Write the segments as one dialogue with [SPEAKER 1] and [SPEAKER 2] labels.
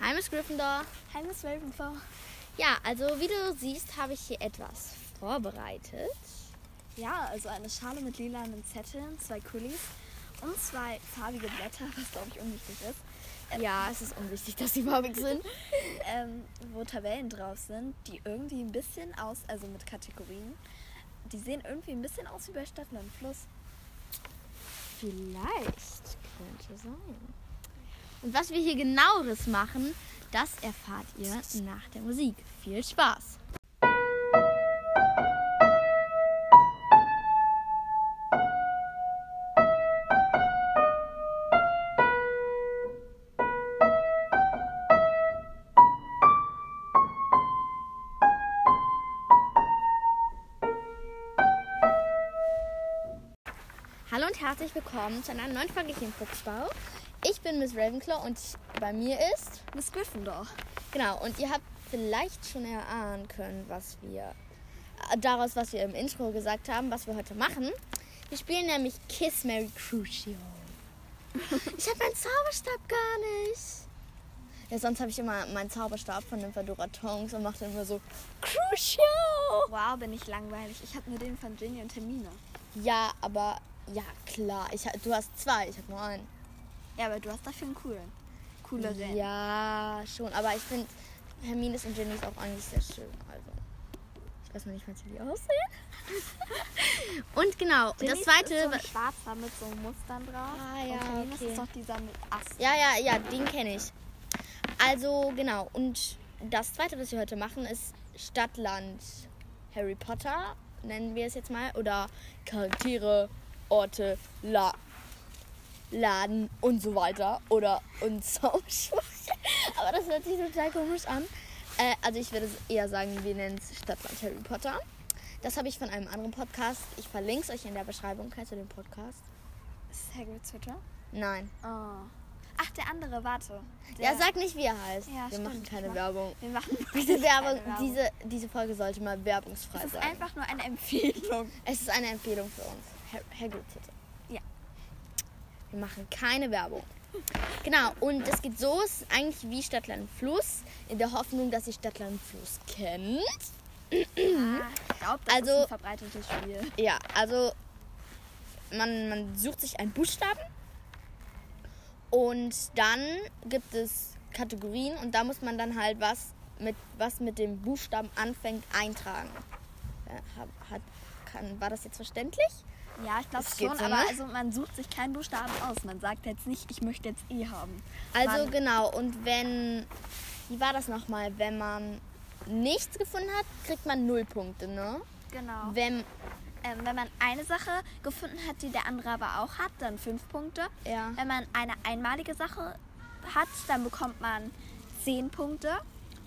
[SPEAKER 1] Halbes Gryffindor.
[SPEAKER 2] Halbes Ravenclaw.
[SPEAKER 1] Ja, also wie du siehst, habe ich hier etwas vorbereitet.
[SPEAKER 2] Ja, also eine Schale mit lilanen Zetteln, zwei Kulis und zwei farbige Blätter, was glaube ich unwichtig ist,
[SPEAKER 1] Ja, es ist unwichtig, dass sie farbig sind.
[SPEAKER 2] ähm, wo Tabellen drauf sind, die irgendwie ein bisschen aus, also mit Kategorien, die sehen irgendwie ein bisschen aus wie bei Stadt, Land, Fluss.
[SPEAKER 1] Vielleicht könnte sein. Und was wir hier genaueres machen, das erfahrt ihr nach der Musik. Viel Spaß! Hallo und herzlich willkommen zu einer neuen Folge hier im Fuchsbau. Ich bin Miss Ravenclaw und bei mir ist.
[SPEAKER 2] Miss Gryffindor.
[SPEAKER 1] Genau, und ihr habt vielleicht schon erahnen können, was wir. äh, daraus, was wir im Intro gesagt haben, was wir heute machen. Wir spielen nämlich Kiss Mary Crucio. Ich habe meinen Zauberstab gar nicht. Ja, sonst habe ich immer meinen Zauberstab von dem Fedora Tongs und mache dann immer so Crucio.
[SPEAKER 2] Wow, bin ich langweilig. Ich habe nur den von Ginny und Termina.
[SPEAKER 1] Ja, aber ja, klar. Ich, ha- du hast zwei, ich habe nur einen.
[SPEAKER 2] Ja, aber du hast dafür einen coolen. Cooleren.
[SPEAKER 1] Ja, schon. Aber ich finde Hermines und Jennys auch eigentlich sehr schön. Also, ich weiß noch nicht, was wie die aussehen. und genau,
[SPEAKER 2] Ginny's
[SPEAKER 1] das zweite.
[SPEAKER 2] Ist so
[SPEAKER 1] wa-
[SPEAKER 2] ein schwarzer mit so Mustern drauf.
[SPEAKER 1] Ah, ja,
[SPEAKER 2] Und Terminas
[SPEAKER 1] okay.
[SPEAKER 2] ist doch dieser mit Ast.
[SPEAKER 1] ja, ja, ja, den kenne ich. Also, genau. Und das zweite, was wir heute machen, ist Stadtland Harry Potter, nennen wir es jetzt mal. Oder Charaktere, Orte, La Laden und so weiter. Oder und Zauberschwache. Aber das hört sich total komisch an. Äh, also ich würde eher sagen, wir nennen es Stadtland Harry Potter. Das habe ich von einem anderen Podcast. Ich verlinke es euch in der Beschreibung. Kennst du den Podcast?
[SPEAKER 2] Ist das Hagrids Hütte?
[SPEAKER 1] Nein.
[SPEAKER 2] Oh. Ach, der andere, warte. Der,
[SPEAKER 1] Ja, sag nicht, wie er heißt.
[SPEAKER 2] Ja,
[SPEAKER 1] wir
[SPEAKER 2] stimmt.
[SPEAKER 1] machen keine
[SPEAKER 2] Ich mach-
[SPEAKER 1] Werbung.
[SPEAKER 2] Wir machen
[SPEAKER 1] Diese, Werbung,
[SPEAKER 2] keine Werbung.
[SPEAKER 1] Diese, diese Folge sollte mal werbungsfrei
[SPEAKER 2] Das ist
[SPEAKER 1] sein.
[SPEAKER 2] einfach nur eine Empfehlung.
[SPEAKER 1] Es ist eine Empfehlung für uns. Ha- Hagrid's Hütte.
[SPEAKER 2] Ja.
[SPEAKER 1] Wir machen keine Werbung. Genau, und es geht so, es ist eigentlich wie Stadtland Fluss, in der Hoffnung, dass ihr Stadtland Fluss kennt.
[SPEAKER 2] Ah, ich glaube, das
[SPEAKER 1] Also-
[SPEAKER 2] ist ein verbreitetes Spiel.
[SPEAKER 1] Ja, also man, man sucht sich einen Buchstaben und dann gibt es Kategorien und da muss man dann halt was mit, was mit dem Buchstaben anfängt eintragen. Ja, hab- Hat, kann, war das jetzt verständlich?
[SPEAKER 2] Ja, ich glaube
[SPEAKER 1] Das geht
[SPEAKER 2] schon,
[SPEAKER 1] so,
[SPEAKER 2] aber
[SPEAKER 1] ne?
[SPEAKER 2] also man sucht sich keinen Buchstaben aus. Man sagt jetzt nicht, ich möchte jetzt E haben.
[SPEAKER 1] Also
[SPEAKER 2] Wann?
[SPEAKER 1] genau, und wenn, wie war das nochmal, wenn man nichts gefunden hat, kriegt man null Punkte, ne?
[SPEAKER 2] Genau. Wenn,
[SPEAKER 1] Wenn,
[SPEAKER 2] ähm, wenn man eine Sache gefunden hat, die der andere aber auch hat, dann fünf Punkte.
[SPEAKER 1] ja.
[SPEAKER 2] Wenn man eine einmalige Sache hat, dann bekommt man 10 Punkte.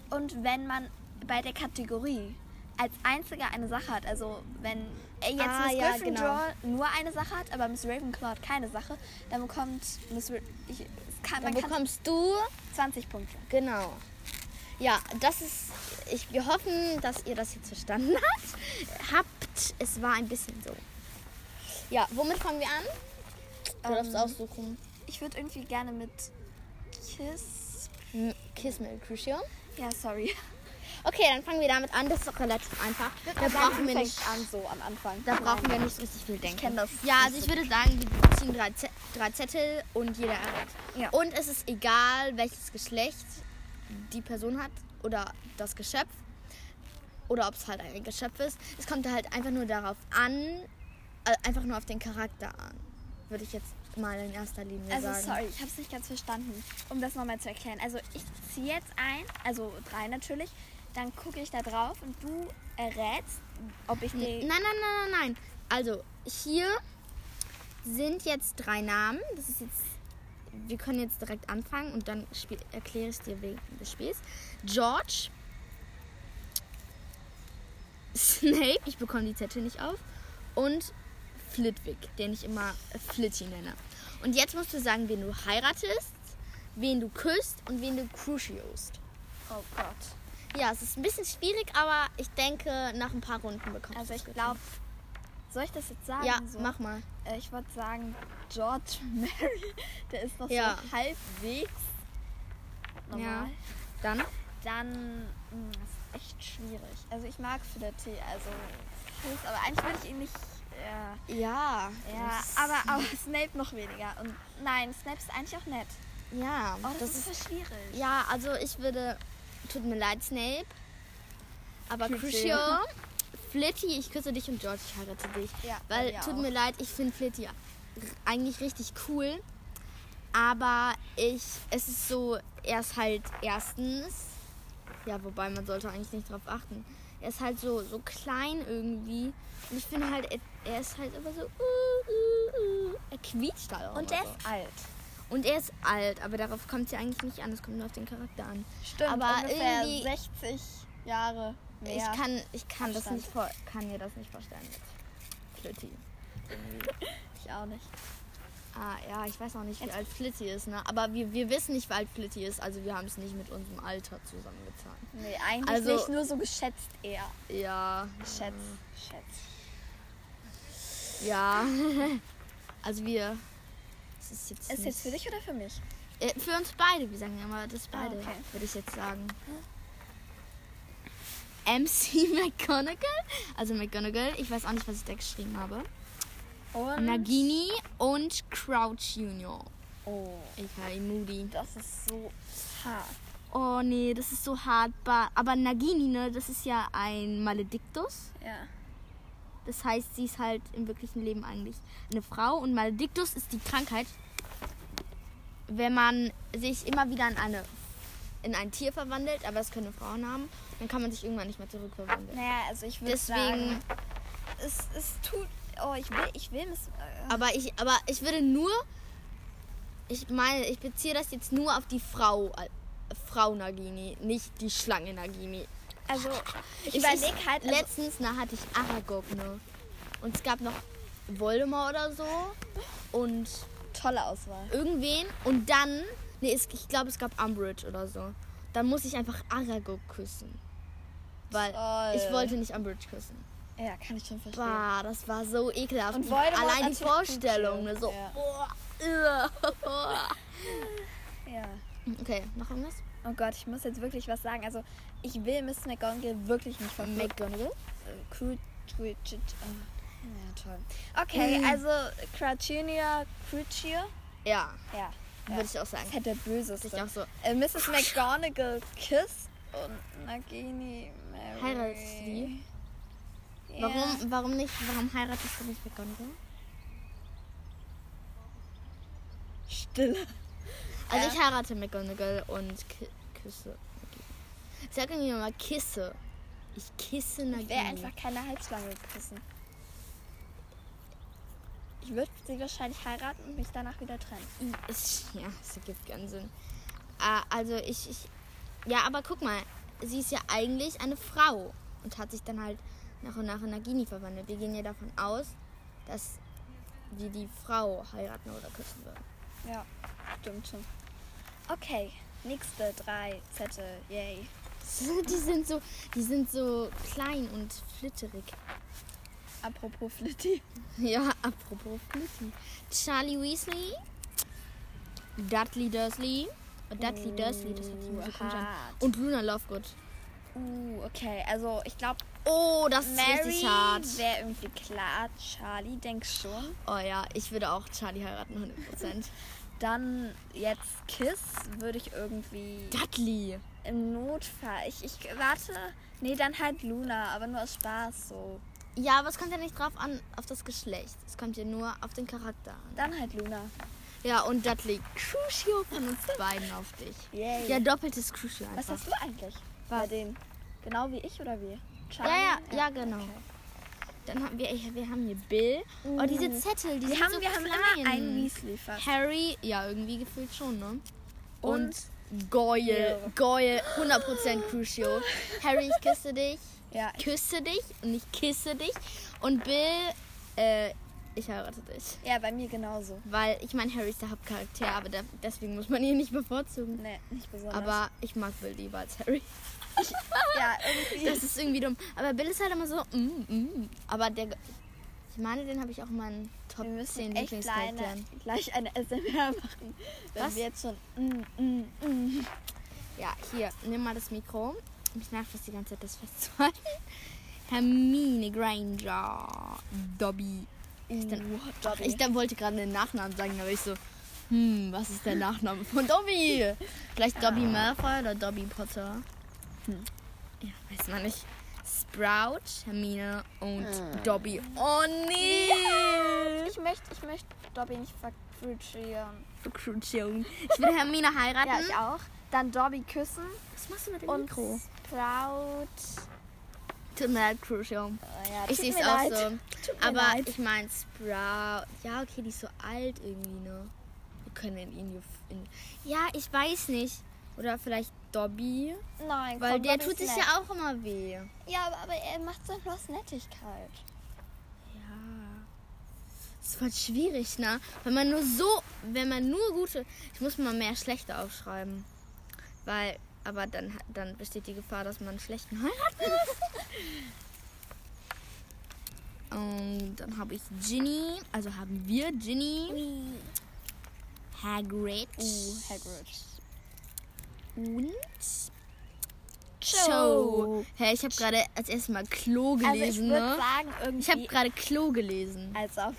[SPEAKER 2] Und wenn man bei der Kategorie als einziger eine Sache hat, also wenn äh, jetzt
[SPEAKER 1] Ah,
[SPEAKER 2] Miss
[SPEAKER 1] ja, genau.
[SPEAKER 2] Gryffindor nur eine Sache hat, aber Miss Ravenclaw hat keine Sache, dann bekommt Miss Ra- ich, es kann,
[SPEAKER 1] Dann
[SPEAKER 2] man kann
[SPEAKER 1] bekommst du
[SPEAKER 2] 20 Punkte.
[SPEAKER 1] Genau. Ja, das ist. Ich, wir hoffen, dass ihr das jetzt verstanden habt. Habt. Es war ein bisschen so. Ja, womit fangen wir an? Du
[SPEAKER 2] Ähm.
[SPEAKER 1] darfst aussuchen.
[SPEAKER 2] Ich würde irgendwie gerne mit Kiss.
[SPEAKER 1] M- Kiss me, Crucio.
[SPEAKER 2] Ja, sorry.
[SPEAKER 1] Okay, dann fangen wir damit an. Das ist doch relativ einfach. Da brauchen wir nicht.
[SPEAKER 2] an so am Anfang.
[SPEAKER 1] Da brauchen wir nicht richtig viel denken.
[SPEAKER 2] kenn das
[SPEAKER 1] ja, also ich würde sagen, wir ziehen drei, Ze drei Zettel und jeder errät.
[SPEAKER 2] Ja.
[SPEAKER 1] Und es ist egal, welches Geschlecht die Person hat oder das Geschöpf oder ob es halt ein Geschöpf ist. Es kommt halt einfach nur darauf an, äh, einfach nur auf den Charakter an, würde ich jetzt mal in erster Linie
[SPEAKER 2] Also
[SPEAKER 1] sagen.
[SPEAKER 2] sorry, ich habe es nicht ganz verstanden. Um das nochmal zu erklären. Also ich ziehe jetzt ein, also drei natürlich. Dann gucke ich da drauf und du errätst, ob ich
[SPEAKER 1] Nein,
[SPEAKER 2] die...
[SPEAKER 1] nein, nein, nein, nein. Also hier sind jetzt drei Namen. Das ist jetzt. Wir können jetzt direkt anfangen und dann spiel- erkläre ich dir wegen des Spiels. George. Snape, ich bekomme die Zettel nicht auf. Und Flitwick, den ich immer Flitty nenne. Und jetzt musst du sagen, wen du heiratest, wen du küsst und wen du cruciost.
[SPEAKER 2] Oh Gott.
[SPEAKER 1] Ja, es ist ein bisschen schwierig, aber ich denke, nach ein paar Runden bekommst
[SPEAKER 2] Also
[SPEAKER 1] du's
[SPEAKER 2] ich
[SPEAKER 1] gefixt.
[SPEAKER 2] glaube... Soll ich das jetzt sagen?
[SPEAKER 1] Ja,
[SPEAKER 2] so?
[SPEAKER 1] mach mal.
[SPEAKER 2] Äh, Ich würde sagen, George Mary, der ist doch
[SPEAKER 1] Ja.
[SPEAKER 2] so halbwegs normal.
[SPEAKER 1] Ja. Dann?
[SPEAKER 2] dann mh, das ist echt schwierig. Also ich mag Philadelphia, also Fuß, aber eigentlich will ich ihn nicht. äh, Ja,
[SPEAKER 1] Ja.
[SPEAKER 2] ja
[SPEAKER 1] das-
[SPEAKER 2] aber, aber Snape noch weniger. Und nein, Snape ist eigentlich auch nett.
[SPEAKER 1] Ja.
[SPEAKER 2] Oh,
[SPEAKER 1] das
[SPEAKER 2] das, ist,
[SPEAKER 1] ist,
[SPEAKER 2] voll schwierig.
[SPEAKER 1] ja, also ich würde. Tut mir leid, Snape. Aber
[SPEAKER 2] Crucio.
[SPEAKER 1] Crucio, Flitty, ich küsse dich und George, ich heirate dich.
[SPEAKER 2] Ja, bei
[SPEAKER 1] Weil,
[SPEAKER 2] mir
[SPEAKER 1] tut
[SPEAKER 2] auch.
[SPEAKER 1] mir leid, ich finde Flitty r- eigentlich richtig cool. Aber ich, es ist so, er ist halt erstens, ja, wobei man sollte eigentlich nicht drauf achten. Er ist halt so, so klein irgendwie. Und ich finde halt, er, er ist halt immer so, uh, uh, uh. er quietscht halt auch
[SPEAKER 2] Und
[SPEAKER 1] immer
[SPEAKER 2] der
[SPEAKER 1] so.
[SPEAKER 2] ist alt.
[SPEAKER 1] Und er ist alt, aber darauf kommt es ja eigentlich nicht an, es kommt nur auf den Charakter an.
[SPEAKER 2] Stimmt,
[SPEAKER 1] aber
[SPEAKER 2] ungefähr
[SPEAKER 1] irgendwie-
[SPEAKER 2] 60 Jahre mehr.
[SPEAKER 1] Ich kann, ich kann, das
[SPEAKER 2] Abstand.
[SPEAKER 1] nicht vor, kann mir das nicht vorstellen mit Flitty.
[SPEAKER 2] ich auch nicht.
[SPEAKER 1] Ah, ja, ich weiß auch nicht, wie alt Flitty ist, ne? Aber wir, wir wissen nicht, wie alt Flitty ist, also wir haben es nicht mit unserem Alter zusammengetan.
[SPEAKER 2] Nee, eigentlich
[SPEAKER 1] Also-
[SPEAKER 2] nicht, nur so geschätzt eher.
[SPEAKER 1] Ja,
[SPEAKER 2] Schätz, schätz.
[SPEAKER 1] ja. Also wir. Das ist jetzt.
[SPEAKER 2] Ist jetzt für
[SPEAKER 1] nicht-
[SPEAKER 2] dich oder für mich?
[SPEAKER 1] Äh, für uns beide, wir sagen ja immer das
[SPEAKER 2] Ah,
[SPEAKER 1] beide,
[SPEAKER 2] okay.
[SPEAKER 1] würde ich jetzt sagen. MC McGonagall? Also McGonagall, ich weiß auch nicht, was ich da geschrieben habe.
[SPEAKER 2] Und
[SPEAKER 1] Nagini und Crouch Junior.
[SPEAKER 2] Oh,
[SPEAKER 1] A.k.a. Moody.
[SPEAKER 2] das ist so hart.
[SPEAKER 1] Oh nee, das ist so hart. ba- Aber Nagini, ne, das ist ja ein Maledictus.
[SPEAKER 2] Ja.
[SPEAKER 1] Das heißt, sie ist halt im wirklichen Leben eigentlich eine Frau. Und Maledictus ist die Krankheit, wenn man sich immer wieder in, eine, in ein Tier verwandelt, aber es können Frauen haben, dann kann man sich irgendwann nicht mehr zurückverwandeln.
[SPEAKER 2] Naja, also ich würde
[SPEAKER 1] Deswegen,
[SPEAKER 2] sagen, es, es tut. Oh, ich will, ich will miss. Äh,
[SPEAKER 1] aber ich, aber ich würde nur, ich meine, ich beziehe das jetzt nur auf die Frau, äh, Frau Nagini, nicht die Schlange Nagini.
[SPEAKER 2] also, ich
[SPEAKER 1] Ich
[SPEAKER 2] überlege
[SPEAKER 1] weiß,
[SPEAKER 2] halt. Also,
[SPEAKER 1] letztens ne, hatte ich Aragog, ne? Und es gab noch Voldemort oder so. Und
[SPEAKER 2] tolle Auswahl.
[SPEAKER 1] irgendwen. Und dann, ne, es, ich glaube, es gab Umbridge oder so. Dann muss ich einfach Aragog küssen. Weil
[SPEAKER 2] Toll.
[SPEAKER 1] ich wollte nicht Umbridge küssen.
[SPEAKER 2] Ja, kann ich schon verstehen.
[SPEAKER 1] Bah, das war so ekelhaft.
[SPEAKER 2] Und Voldemort
[SPEAKER 1] Allein die
[SPEAKER 2] natürlich auch
[SPEAKER 1] Vorstellung,
[SPEAKER 2] cute,
[SPEAKER 1] ne, so.
[SPEAKER 2] ja.
[SPEAKER 1] Boah, uah.
[SPEAKER 2] Ja.
[SPEAKER 1] okay, noch irgendwas?
[SPEAKER 2] Oh Gott, ich muss jetzt wirklich was sagen. Also, ich will Miss McGonagall wirklich nicht von
[SPEAKER 1] McGonagall?
[SPEAKER 2] Crouch. oh, Ja, toll. Okay,
[SPEAKER 1] Mhm.
[SPEAKER 2] also Crouchinia, Crouchier.
[SPEAKER 1] Ja,
[SPEAKER 2] Ja. ja.
[SPEAKER 1] würde ich auch sagen.
[SPEAKER 2] Das hätte böses.
[SPEAKER 1] Ich auch so.
[SPEAKER 2] Äh, Mrs. McGonagall Kiss und Nagini Mary.
[SPEAKER 1] Heiratest du die?
[SPEAKER 2] Ja.
[SPEAKER 1] Warum, warum nicht? Warum heiratest du nicht McGonagall?
[SPEAKER 2] Stille.
[SPEAKER 1] Also
[SPEAKER 2] Ja.
[SPEAKER 1] ich heirate McGonagall und ki küsse. Nagini. Ich sag irgendwie immer kisse. Ich kisse Nagini.
[SPEAKER 2] Wäre einfach keine Halsschlange küssen. Ich würde sie wahrscheinlich heiraten und mich danach wieder trennen.
[SPEAKER 1] Ist- Ja, es ergibt keinen Sinn. Ah, also ich, ich. Ja, aber guck mal, sie ist ja eigentlich eine Frau und hat sich dann halt nach und nach in Nagini verwandelt. Wir gehen ja davon aus, dass wir die Frau heiraten oder küssen würden.
[SPEAKER 2] Ja, stimmt schon. Okay, nächste drei Zettel. Yay.
[SPEAKER 1] Die sind so, die sind so klein und flitterig.
[SPEAKER 2] Apropos Flitty.
[SPEAKER 1] Ja, apropos Flitty. Charlie Weasley, Dudley Dursley. Und Dudley Dursley, das hat sich immer so komisch an.
[SPEAKER 2] hart.
[SPEAKER 1] Und Luna Lovegood.
[SPEAKER 2] Uh, okay, also ich glaube,
[SPEAKER 1] Oh, das ist
[SPEAKER 2] Mary
[SPEAKER 1] richtig hart.
[SPEAKER 2] wäre irgendwie klar. Charlie, denkst schon.
[SPEAKER 1] Oh ja, ich würde auch Charlie heiraten, 100%.
[SPEAKER 2] Dann jetzt Kiss würde ich irgendwie
[SPEAKER 1] Dudley.
[SPEAKER 2] im Notfall. Ich, ich warte. Nee, dann halt Luna, aber nur aus Spaß so.
[SPEAKER 1] Ja, aber es kommt ja nicht drauf an, auf das Geschlecht. Es kommt ja nur auf den Charakter an.
[SPEAKER 2] Dann halt Luna.
[SPEAKER 1] Ja, und Dudley, Crucio von uns beiden auf dich.
[SPEAKER 2] Yay.
[SPEAKER 1] Ja, doppeltes Crucio
[SPEAKER 2] Was
[SPEAKER 1] einfach.
[SPEAKER 2] hast du eigentlich? Bei denen? Genau wie ich oder wie? Charlie?
[SPEAKER 1] Ja, ja, ja, genau. Dann haben wir, wir haben hier Bill. Oh, diese Zettel, die
[SPEAKER 2] Mhm. Wir
[SPEAKER 1] sind
[SPEAKER 2] haben,
[SPEAKER 1] so
[SPEAKER 2] wir haben
[SPEAKER 1] klein.
[SPEAKER 2] immer einen Weasley fast.
[SPEAKER 1] Harry, ja, irgendwie gefühlt schon, ne? Und,
[SPEAKER 2] Und
[SPEAKER 1] Goyle,
[SPEAKER 2] Ihre.
[SPEAKER 1] Goyle, 100% Crucio. Harry, ich küsse dich,
[SPEAKER 2] Ja, ich,
[SPEAKER 1] küsse dich und ich kisse dich. Und Bill, äh, ich heirate dich.
[SPEAKER 2] ja, bei mir genauso.
[SPEAKER 1] Weil, ich meine, Harry ist der Hauptcharakter, aber da, deswegen muss man ihn nicht bevorzugen.
[SPEAKER 2] Nee, Ne, nicht besonders.
[SPEAKER 1] Aber ich mag Bill lieber als Harry.
[SPEAKER 2] ja, irgendwie.
[SPEAKER 1] Das ist irgendwie dumm. Aber Bill ist halt immer so, mm, mm. Aber der, ich meine, den habe ich auch in meinen Top
[SPEAKER 2] wir
[SPEAKER 1] 10
[SPEAKER 2] müssen echt
[SPEAKER 1] Lieblingscharakteren.
[SPEAKER 2] kleine, gleich eine SMR machen. Wenn
[SPEAKER 1] halt Was?
[SPEAKER 2] wir jetzt schon. Mm, mm, mm.
[SPEAKER 1] Ja, hier, nimm mal das Mikro. Mich nervt das die ganze Zeit, das festzuhalten. Hermine Granger. Dobby. Ich, dann,
[SPEAKER 2] Dobby.
[SPEAKER 1] ich dann wollte gerade den Nachnamen sagen, aber ich so, hm, was ist der Nachname von Dobby? Vielleicht Dobby
[SPEAKER 2] Ah.
[SPEAKER 1] Malfoy oder Dobby Potter. Hm. Ja, weiß man nicht. Sprout, Hermine und
[SPEAKER 2] Ah.
[SPEAKER 1] Dobby. Oh nee!
[SPEAKER 2] Ich möchte, ich möchte Dobby nicht verkrütschieren.
[SPEAKER 1] Verkrütschung. Ich will Hermine heiraten.
[SPEAKER 2] Ja, ich auch. Dann Dobby küssen
[SPEAKER 1] Was machst du mit dem
[SPEAKER 2] und
[SPEAKER 1] Mikro?
[SPEAKER 2] Sprout.
[SPEAKER 1] Tut mir leid, Crucial.
[SPEAKER 2] Oh ja,
[SPEAKER 1] Ich
[SPEAKER 2] tut
[SPEAKER 1] sehe es
[SPEAKER 2] mir
[SPEAKER 1] auch
[SPEAKER 2] leid.
[SPEAKER 1] so.
[SPEAKER 2] Tut mir
[SPEAKER 1] Aber
[SPEAKER 2] leid.
[SPEAKER 1] ich meine, Sprout. Ja, okay, die ist so alt irgendwie, ne? Wir können ihn. In, ja, ich weiß nicht. Oder vielleicht Dobby.
[SPEAKER 2] Nein,
[SPEAKER 1] Weil
[SPEAKER 2] komm,
[SPEAKER 1] der
[SPEAKER 2] Dobby
[SPEAKER 1] tut
[SPEAKER 2] ist
[SPEAKER 1] sich
[SPEAKER 2] nett.
[SPEAKER 1] ja auch immer weh.
[SPEAKER 2] Ja, aber, aber er macht doch bloß Nettigkeit.
[SPEAKER 1] Ja. Ist voll schwierig, ne? Wenn man nur so, wenn man nur gute, ich muss mal mehr schlechte aufschreiben. Weil, aber dann, hat- dann besteht die Gefahr, dass man einen schlechten heiraten muss. Und dann habe ich Ginny, also haben wir Ginny,
[SPEAKER 2] Wie?
[SPEAKER 1] Hagrid
[SPEAKER 2] Uh, Hagrid.
[SPEAKER 1] und
[SPEAKER 2] Cho.
[SPEAKER 1] Cho. Hä, ich habe gerade als erstes mal Klo
[SPEAKER 2] Also ich
[SPEAKER 1] gelesen,
[SPEAKER 2] würde
[SPEAKER 1] ne?
[SPEAKER 2] sagen, irgendwie...
[SPEAKER 1] Ich habe gerade Klo gelesen.
[SPEAKER 2] Als ob.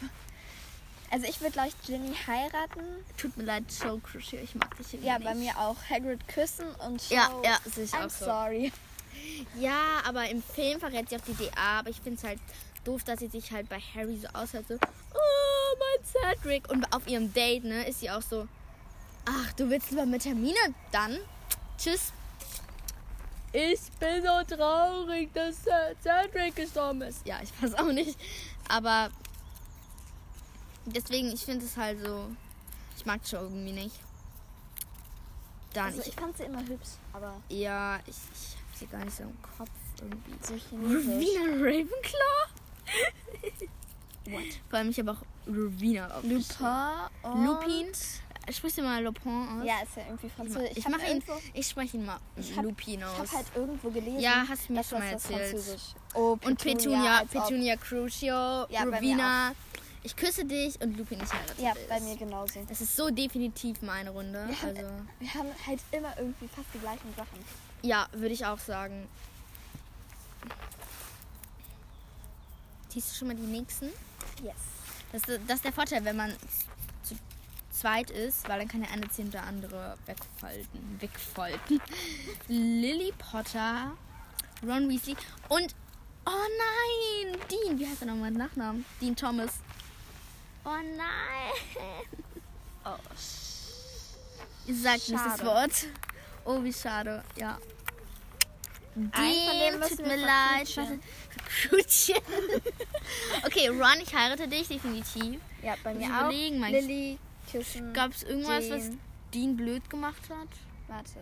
[SPEAKER 2] Also ich würde, glaube ich, Ginny heiraten.
[SPEAKER 1] Tut mir leid, Show Crucial, ich mag dich irgendwie
[SPEAKER 2] Ja,
[SPEAKER 1] nicht.
[SPEAKER 2] bei mir auch. Hagrid küssen und Cho.
[SPEAKER 1] Ja, ja, sehe ich
[SPEAKER 2] I'm
[SPEAKER 1] auch so.
[SPEAKER 2] sorry.
[SPEAKER 1] Ja, aber im Film verrät sie auch die DA, aber ich finde es halt doof, dass sie sich halt bei Harry so aushält, so, oh, mein Cedric. Und auf ihrem Date, ne, ist sie auch so, ach, du willst lieber mit Hermine? Dann, tschüss. Ich bin so traurig, dass Cedric gestorben ist. Ja, ich weiß auch nicht, aber deswegen, ich finde es halt so, ich mag Joe irgendwie nicht. Dann,
[SPEAKER 2] Also ich fand sie immer hübsch, aber
[SPEAKER 1] ich, ja, ich, ich habe sie gar nicht so im Kopf irgendwie.
[SPEAKER 2] so chinesisch.
[SPEAKER 1] Rowena Ravenclaw?
[SPEAKER 2] What?
[SPEAKER 1] Vor allem, ich habe auch Rowena aufgeschrieben.
[SPEAKER 2] Lupin und...
[SPEAKER 1] Lupin. Sprichst du mal Lupin aus?
[SPEAKER 2] Ja, ist ja irgendwie
[SPEAKER 1] Ich ma-
[SPEAKER 2] französisch.
[SPEAKER 1] Ich,
[SPEAKER 2] hab
[SPEAKER 1] mach ihn,
[SPEAKER 2] irgendwo-
[SPEAKER 1] ich spreche ihn mal
[SPEAKER 2] hab-
[SPEAKER 1] Lupin
[SPEAKER 2] Ich
[SPEAKER 1] aus.
[SPEAKER 2] habe halt irgendwo gelesen.
[SPEAKER 1] Ja, hast du mir
[SPEAKER 2] dass
[SPEAKER 1] schon mal
[SPEAKER 2] das was
[SPEAKER 1] erzählt.
[SPEAKER 2] Französisch- Oh,
[SPEAKER 1] und Petunia,
[SPEAKER 2] als ob.
[SPEAKER 1] Petunia Crucio,
[SPEAKER 2] Ja, bei mir
[SPEAKER 1] Rowena. Ich küsse dich und Lupin, ich heirate
[SPEAKER 2] Ja,
[SPEAKER 1] dich.
[SPEAKER 2] bei mir genauso.
[SPEAKER 1] Das ist so definitiv meine Runde.
[SPEAKER 2] Ja.
[SPEAKER 1] Also,
[SPEAKER 2] Wir haben halt immer irgendwie fast die gleichen Sachen.
[SPEAKER 1] ja, würde ich auch sagen. Siehst du schon mal die nächsten?
[SPEAKER 2] Yes.
[SPEAKER 1] Das, das ist der Vorteil, wenn man zu zweit ist, weil dann kann der eine Zehn der andere wegfalten. Wegfalten. Lily Potter, Ron Weasley und. Oh nein! Dean, wie heißt er nochmal mit Nachnamen? Dean Thomas. Oh nein!
[SPEAKER 2] Oh.
[SPEAKER 1] Ich sag nicht das
[SPEAKER 2] Schade.
[SPEAKER 1] Wort. Oh, wie schade. Ja. Dean,
[SPEAKER 2] denen
[SPEAKER 1] tut
[SPEAKER 2] müssen wir
[SPEAKER 1] mir leid. Warte.
[SPEAKER 2] verkrütschen.
[SPEAKER 1] Verkrütschen. okay, Ron, ich heirate dich definitiv.
[SPEAKER 2] Ja, bei
[SPEAKER 1] Muss
[SPEAKER 2] mir
[SPEAKER 1] ich
[SPEAKER 2] auch.
[SPEAKER 1] überlegen, mein-
[SPEAKER 2] Lilly, Küssen.
[SPEAKER 1] Gab es irgendwas, was
[SPEAKER 2] Dean.
[SPEAKER 1] Dean blöd gemacht hat?
[SPEAKER 2] Warte.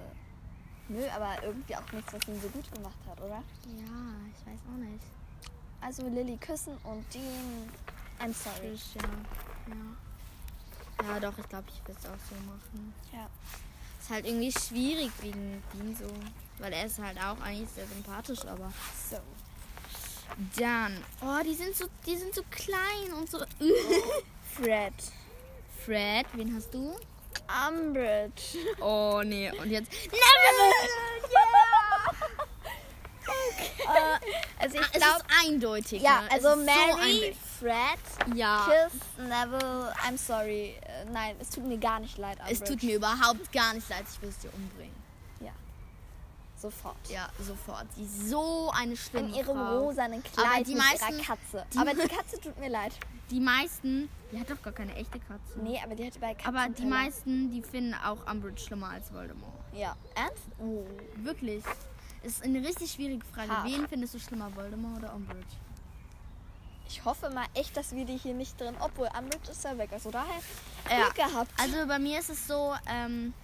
[SPEAKER 2] Nö, aber irgendwie auch nichts, was ihn so gut gemacht hat, oder?
[SPEAKER 1] Ja, ich weiß auch nicht.
[SPEAKER 2] Also Lilly küssen und Dean. I'm sorry.
[SPEAKER 1] Fisch, ja. ja. Ja, doch, ich glaube, ich würde es auch so machen.
[SPEAKER 2] Ja.
[SPEAKER 1] Ist halt irgendwie schwierig wegen Dean so. Weil er ist halt auch eigentlich sehr sympathisch, aber.
[SPEAKER 2] So.
[SPEAKER 1] Dann. Oh, die sind so, die sind so klein und so.
[SPEAKER 2] Fred.
[SPEAKER 1] Oh, Fred, wen hast du?
[SPEAKER 2] Umbridge.
[SPEAKER 1] Oh nee, und jetzt. Neville!
[SPEAKER 2] Also
[SPEAKER 1] Ah,
[SPEAKER 2] ich
[SPEAKER 1] es
[SPEAKER 2] glaube.
[SPEAKER 1] ist eindeutig.
[SPEAKER 2] Ja,
[SPEAKER 1] ne? Es
[SPEAKER 2] also
[SPEAKER 1] ist So
[SPEAKER 2] Mary,
[SPEAKER 1] eindeutig. Ah.
[SPEAKER 2] Fred,
[SPEAKER 1] ja.
[SPEAKER 2] Kiss, Neville, I'm sorry. Äh, nein, es tut mir gar nicht leid, Umbridge.
[SPEAKER 1] Es tut mir überhaupt gar nicht leid, ich will es dir umbringen.
[SPEAKER 2] Sofort.
[SPEAKER 1] Ja, sofort. Die ist so eine schlimme
[SPEAKER 2] In ihrem
[SPEAKER 1] Frau.
[SPEAKER 2] rosanen Kleid
[SPEAKER 1] Aber die
[SPEAKER 2] mit
[SPEAKER 1] meisten-
[SPEAKER 2] ihrer Katze.
[SPEAKER 1] die-
[SPEAKER 2] aber die Katze tut mir leid.
[SPEAKER 1] Die meisten, die hat doch gar keine echte Katze.
[SPEAKER 2] Nee, aber die hat bei Katzen...
[SPEAKER 1] Aber die meisten, die finden auch Umbridge schlimmer als Voldemort.
[SPEAKER 2] Ja. Ernst? Oh.
[SPEAKER 1] Wirklich. Ist eine richtig schwierige Frage.
[SPEAKER 2] Ha.
[SPEAKER 1] Wen findest du schlimmer, Voldemort oder Umbridge?
[SPEAKER 2] Ich hoffe mal echt, dass wir die hier nicht drin... Obwohl, Umbridge ist ja weg. Also daher
[SPEAKER 1] Ja.
[SPEAKER 2] Glück gehabt.
[SPEAKER 1] Also bei mir ist es so, ähm,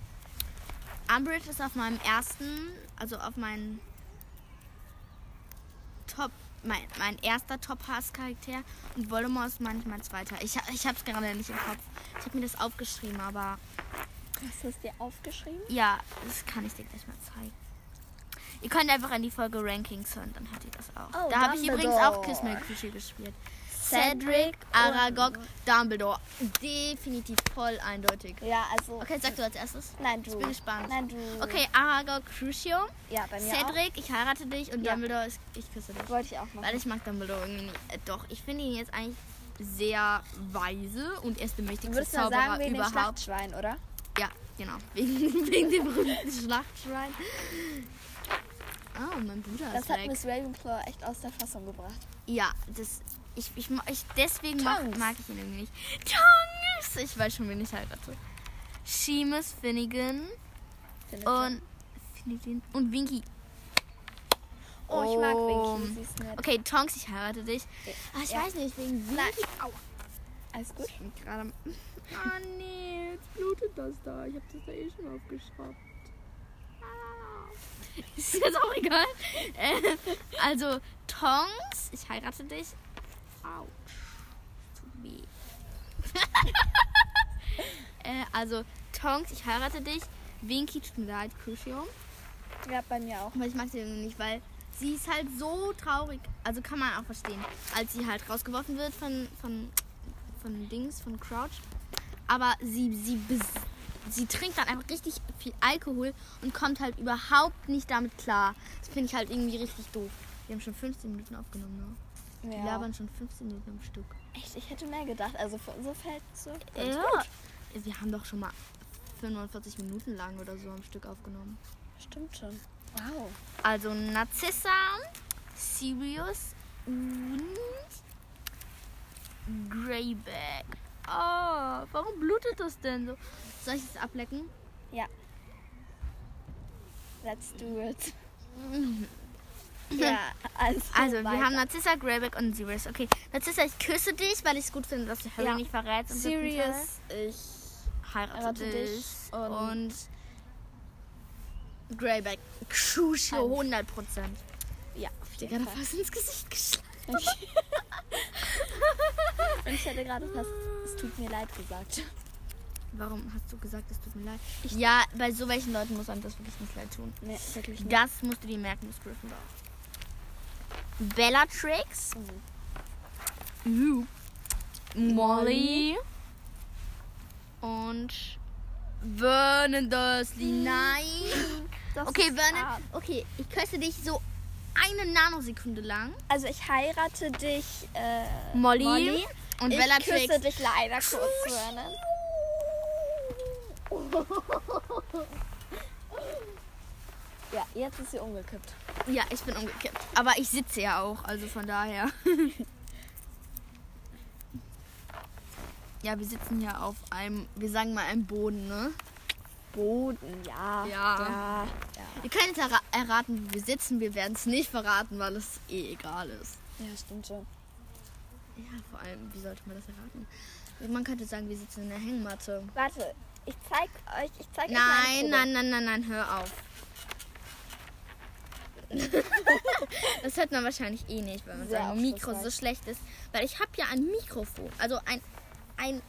[SPEAKER 1] Umbridge ist auf meinem ersten, also auf meinen Top, mein, mein erster Top-Hass-Charakter und Voldemort ist manchmal zweiter. Ich, ha- ich hab's gerade nicht im Kopf. Ich habe mir das aufgeschrieben, aber
[SPEAKER 2] Hast du es dir aufgeschrieben?
[SPEAKER 1] ja, das kann ich dir gleich mal zeigen. Ihr könnt einfach in die Folge Rankings hören, dann habt ihr das auch.
[SPEAKER 2] Oh,
[SPEAKER 1] da habe ich
[SPEAKER 2] Dumbledore.
[SPEAKER 1] übrigens auch Kiss My Cushy gespielt. Cedric, Aragog, Dumbledore. Definitiv voll eindeutig.
[SPEAKER 2] Ja, also.
[SPEAKER 1] Okay, sag du als erstes.
[SPEAKER 2] Nein, du.
[SPEAKER 1] Ich bin gespannt.
[SPEAKER 2] Nein, du.
[SPEAKER 1] Okay, Aragog, Crucio,
[SPEAKER 2] Ja, bei mir auch.
[SPEAKER 1] Cedric, ich heirate dich und
[SPEAKER 2] Ja.
[SPEAKER 1] Dumbledore, ist, ich küsse dich.
[SPEAKER 2] Wollte ich auch machen.
[SPEAKER 1] Weil ich mag Dumbledore irgendwie nicht. Äh, doch, ich finde ihn jetzt eigentlich sehr weise und er ist der
[SPEAKER 2] Du
[SPEAKER 1] mächtigste
[SPEAKER 2] würdest mal sagen,
[SPEAKER 1] Zauberer
[SPEAKER 2] wegen dem
[SPEAKER 1] überhaupt.
[SPEAKER 2] Schlachtschwein, oder?
[SPEAKER 1] Ja, genau. Wegen, wegen dem berühmten Schlachtschwein. Oh, mein Bruder
[SPEAKER 2] Das
[SPEAKER 1] ist
[SPEAKER 2] hat
[SPEAKER 1] weg.
[SPEAKER 2] Miss Ravenclaw echt aus der Fassung gebracht.
[SPEAKER 1] Ja, das. Ich, ich, ma- ich deswegen mag,
[SPEAKER 2] Tongs.
[SPEAKER 1] mag ich ihn irgendwie nicht. Tongs! Ich weiß schon, wen ich heirate. Seamus Finnegan
[SPEAKER 2] Findet ihr?
[SPEAKER 1] und Finnegan und Winky.
[SPEAKER 2] oh, ich mag
[SPEAKER 1] Oh.
[SPEAKER 2] Winky, sie ist nett.
[SPEAKER 1] Okay, Tonks, ich heirate dich. Ah, ich
[SPEAKER 2] Ja.
[SPEAKER 1] weiß nicht, wegen Winky.
[SPEAKER 2] Nein.
[SPEAKER 1] Au.
[SPEAKER 2] Alles gut?
[SPEAKER 1] Ich bin gerade am- Oh nee, jetzt blutet das da. Ich habe das da eh schon aufgeschraubt. Ah. Ist jetzt auch egal. Äh, also, Tongs, ich heirate dich. Autsch. Tut weh. äh, also, Tongs, ich heirate dich. Winky, tut mir leid, Crucio.
[SPEAKER 2] Ja, bei mir auch.
[SPEAKER 1] Aber ich mag sie irgendwie nicht, weil sie ist halt so traurig. Also kann man auch verstehen, als sie halt rausgeworfen wird von, von, von Dings, von Crouch. Aber sie, sie, bes- sie trinkt dann einfach richtig viel Alkohol und kommt halt überhaupt nicht damit klar. Das finde ich halt irgendwie richtig doof. Wir haben schon 15 Minuten aufgenommen, ne? Wir
[SPEAKER 2] Ja.
[SPEAKER 1] labern schon 15 Minuten am Stück.
[SPEAKER 2] Echt, ich hätte mehr gedacht. Also von so fällt so.
[SPEAKER 1] Wir haben doch schon mal 45 Minuten lang oder so am Stück aufgenommen.
[SPEAKER 2] Stimmt schon. Wow.
[SPEAKER 1] Also Narcissa, Sirius und Greyback. Oh, warum blutet das denn so? Soll ich das ablecken?
[SPEAKER 2] Ja. Let's do it.
[SPEAKER 1] Ja,
[SPEAKER 2] ja, also.
[SPEAKER 1] Also, wir haben Narcissa, Greyback und Sirius. Okay, Narcissa, ich küsse dich, weil ich es gut finde, dass du Harry
[SPEAKER 2] Ja.
[SPEAKER 1] nicht verrätst. im siebten
[SPEAKER 2] Serious. Ich.
[SPEAKER 1] Teil. heirate
[SPEAKER 2] Heirate
[SPEAKER 1] dich.
[SPEAKER 2] dich
[SPEAKER 1] Und,
[SPEAKER 2] und-
[SPEAKER 1] Greyback. Crucio, 100 Prozent.
[SPEAKER 2] Ja, auf
[SPEAKER 1] Dir
[SPEAKER 2] jeden
[SPEAKER 1] gerade
[SPEAKER 2] Fall.
[SPEAKER 1] fast ins Gesicht geschlagen.
[SPEAKER 2] Und ich hätte gerade fast, es tut mir leid gesagt.
[SPEAKER 1] Warum hast du gesagt, es tut mir leid? ja, bei so welchen Leuten muss einem das wirklich nicht leid tun.
[SPEAKER 2] Nee, wirklich nicht.
[SPEAKER 1] Das musst du dir merken, Miss Gryffindor. Bellatrix. Lou,
[SPEAKER 2] Mhm.
[SPEAKER 1] Molly. Und Vernon Dursley. Nein.
[SPEAKER 2] Das
[SPEAKER 1] Okay,
[SPEAKER 2] ist
[SPEAKER 1] Vernon.
[SPEAKER 2] arm.
[SPEAKER 1] Okay, ich küsse dich so eine Nanosekunde lang.
[SPEAKER 2] Also ich heirate dich, äh,
[SPEAKER 1] Molly.
[SPEAKER 2] Molly.
[SPEAKER 1] Und
[SPEAKER 2] ich
[SPEAKER 1] Bellatrix.
[SPEAKER 2] küsse dich leider kurz,
[SPEAKER 1] Tschüss.
[SPEAKER 2] Vernon. Ja, jetzt ist sie umgekippt.
[SPEAKER 1] Ja, ich bin umgekippt. Aber ich sitze ja auch, also von daher. ja, wir sitzen ja auf einem, wir sagen mal, einem Boden, ne?
[SPEAKER 2] Boden, ja.
[SPEAKER 1] Ja.
[SPEAKER 2] Ja. Ja,
[SPEAKER 1] Ihr könnt jetzt erra- erraten, wo wir sitzen. Wir werden es nicht verraten, weil es eh egal ist.
[SPEAKER 2] ja stimmt schon.
[SPEAKER 1] Ja, vor allem, wie sollte man das erraten? Man könnte sagen, wir sitzen in der Hängematte.
[SPEAKER 2] Warte, ich zeig euch, ich zeig euch meine
[SPEAKER 1] Nein,
[SPEAKER 2] Probe.
[SPEAKER 1] nein, nein, nein, nein, hör auf. das hört man wahrscheinlich eh nicht, weil
[SPEAKER 2] Sehr
[SPEAKER 1] unser Mikro so
[SPEAKER 2] aufschlussreich.
[SPEAKER 1] schlecht ist. Weil ich habe ja ein Mikrofon, also ein, ein,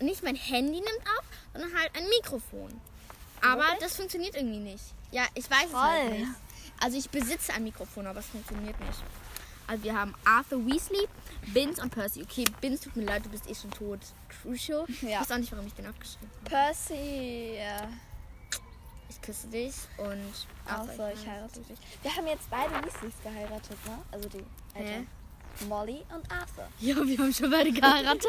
[SPEAKER 1] nicht mein Handy nimmt auf, sondern halt ein Mikrofon. Aber
[SPEAKER 2] Wirklich?
[SPEAKER 1] das funktioniert irgendwie nicht. Ja, ich weiß es halt
[SPEAKER 2] Toll.
[SPEAKER 1] nicht. Also ich besitze ein Mikrofon, aber es funktioniert nicht. Also wir haben Arthur Weasley, Bins und Percy. Okay, Bins, tut mir leid, du bist eh schon tot. Crucial. Ich
[SPEAKER 2] Ja.
[SPEAKER 1] weiß auch nicht, warum ich den abgeschrieben habe.
[SPEAKER 2] Percy. äh,
[SPEAKER 1] Ich küsse dich und
[SPEAKER 2] Außer ich heirate dich. Wir haben jetzt beide Weasleys geheiratet, ne? Also die Eltern. Molly und Arthur.
[SPEAKER 1] Ja, wir haben schon beide geheiratet.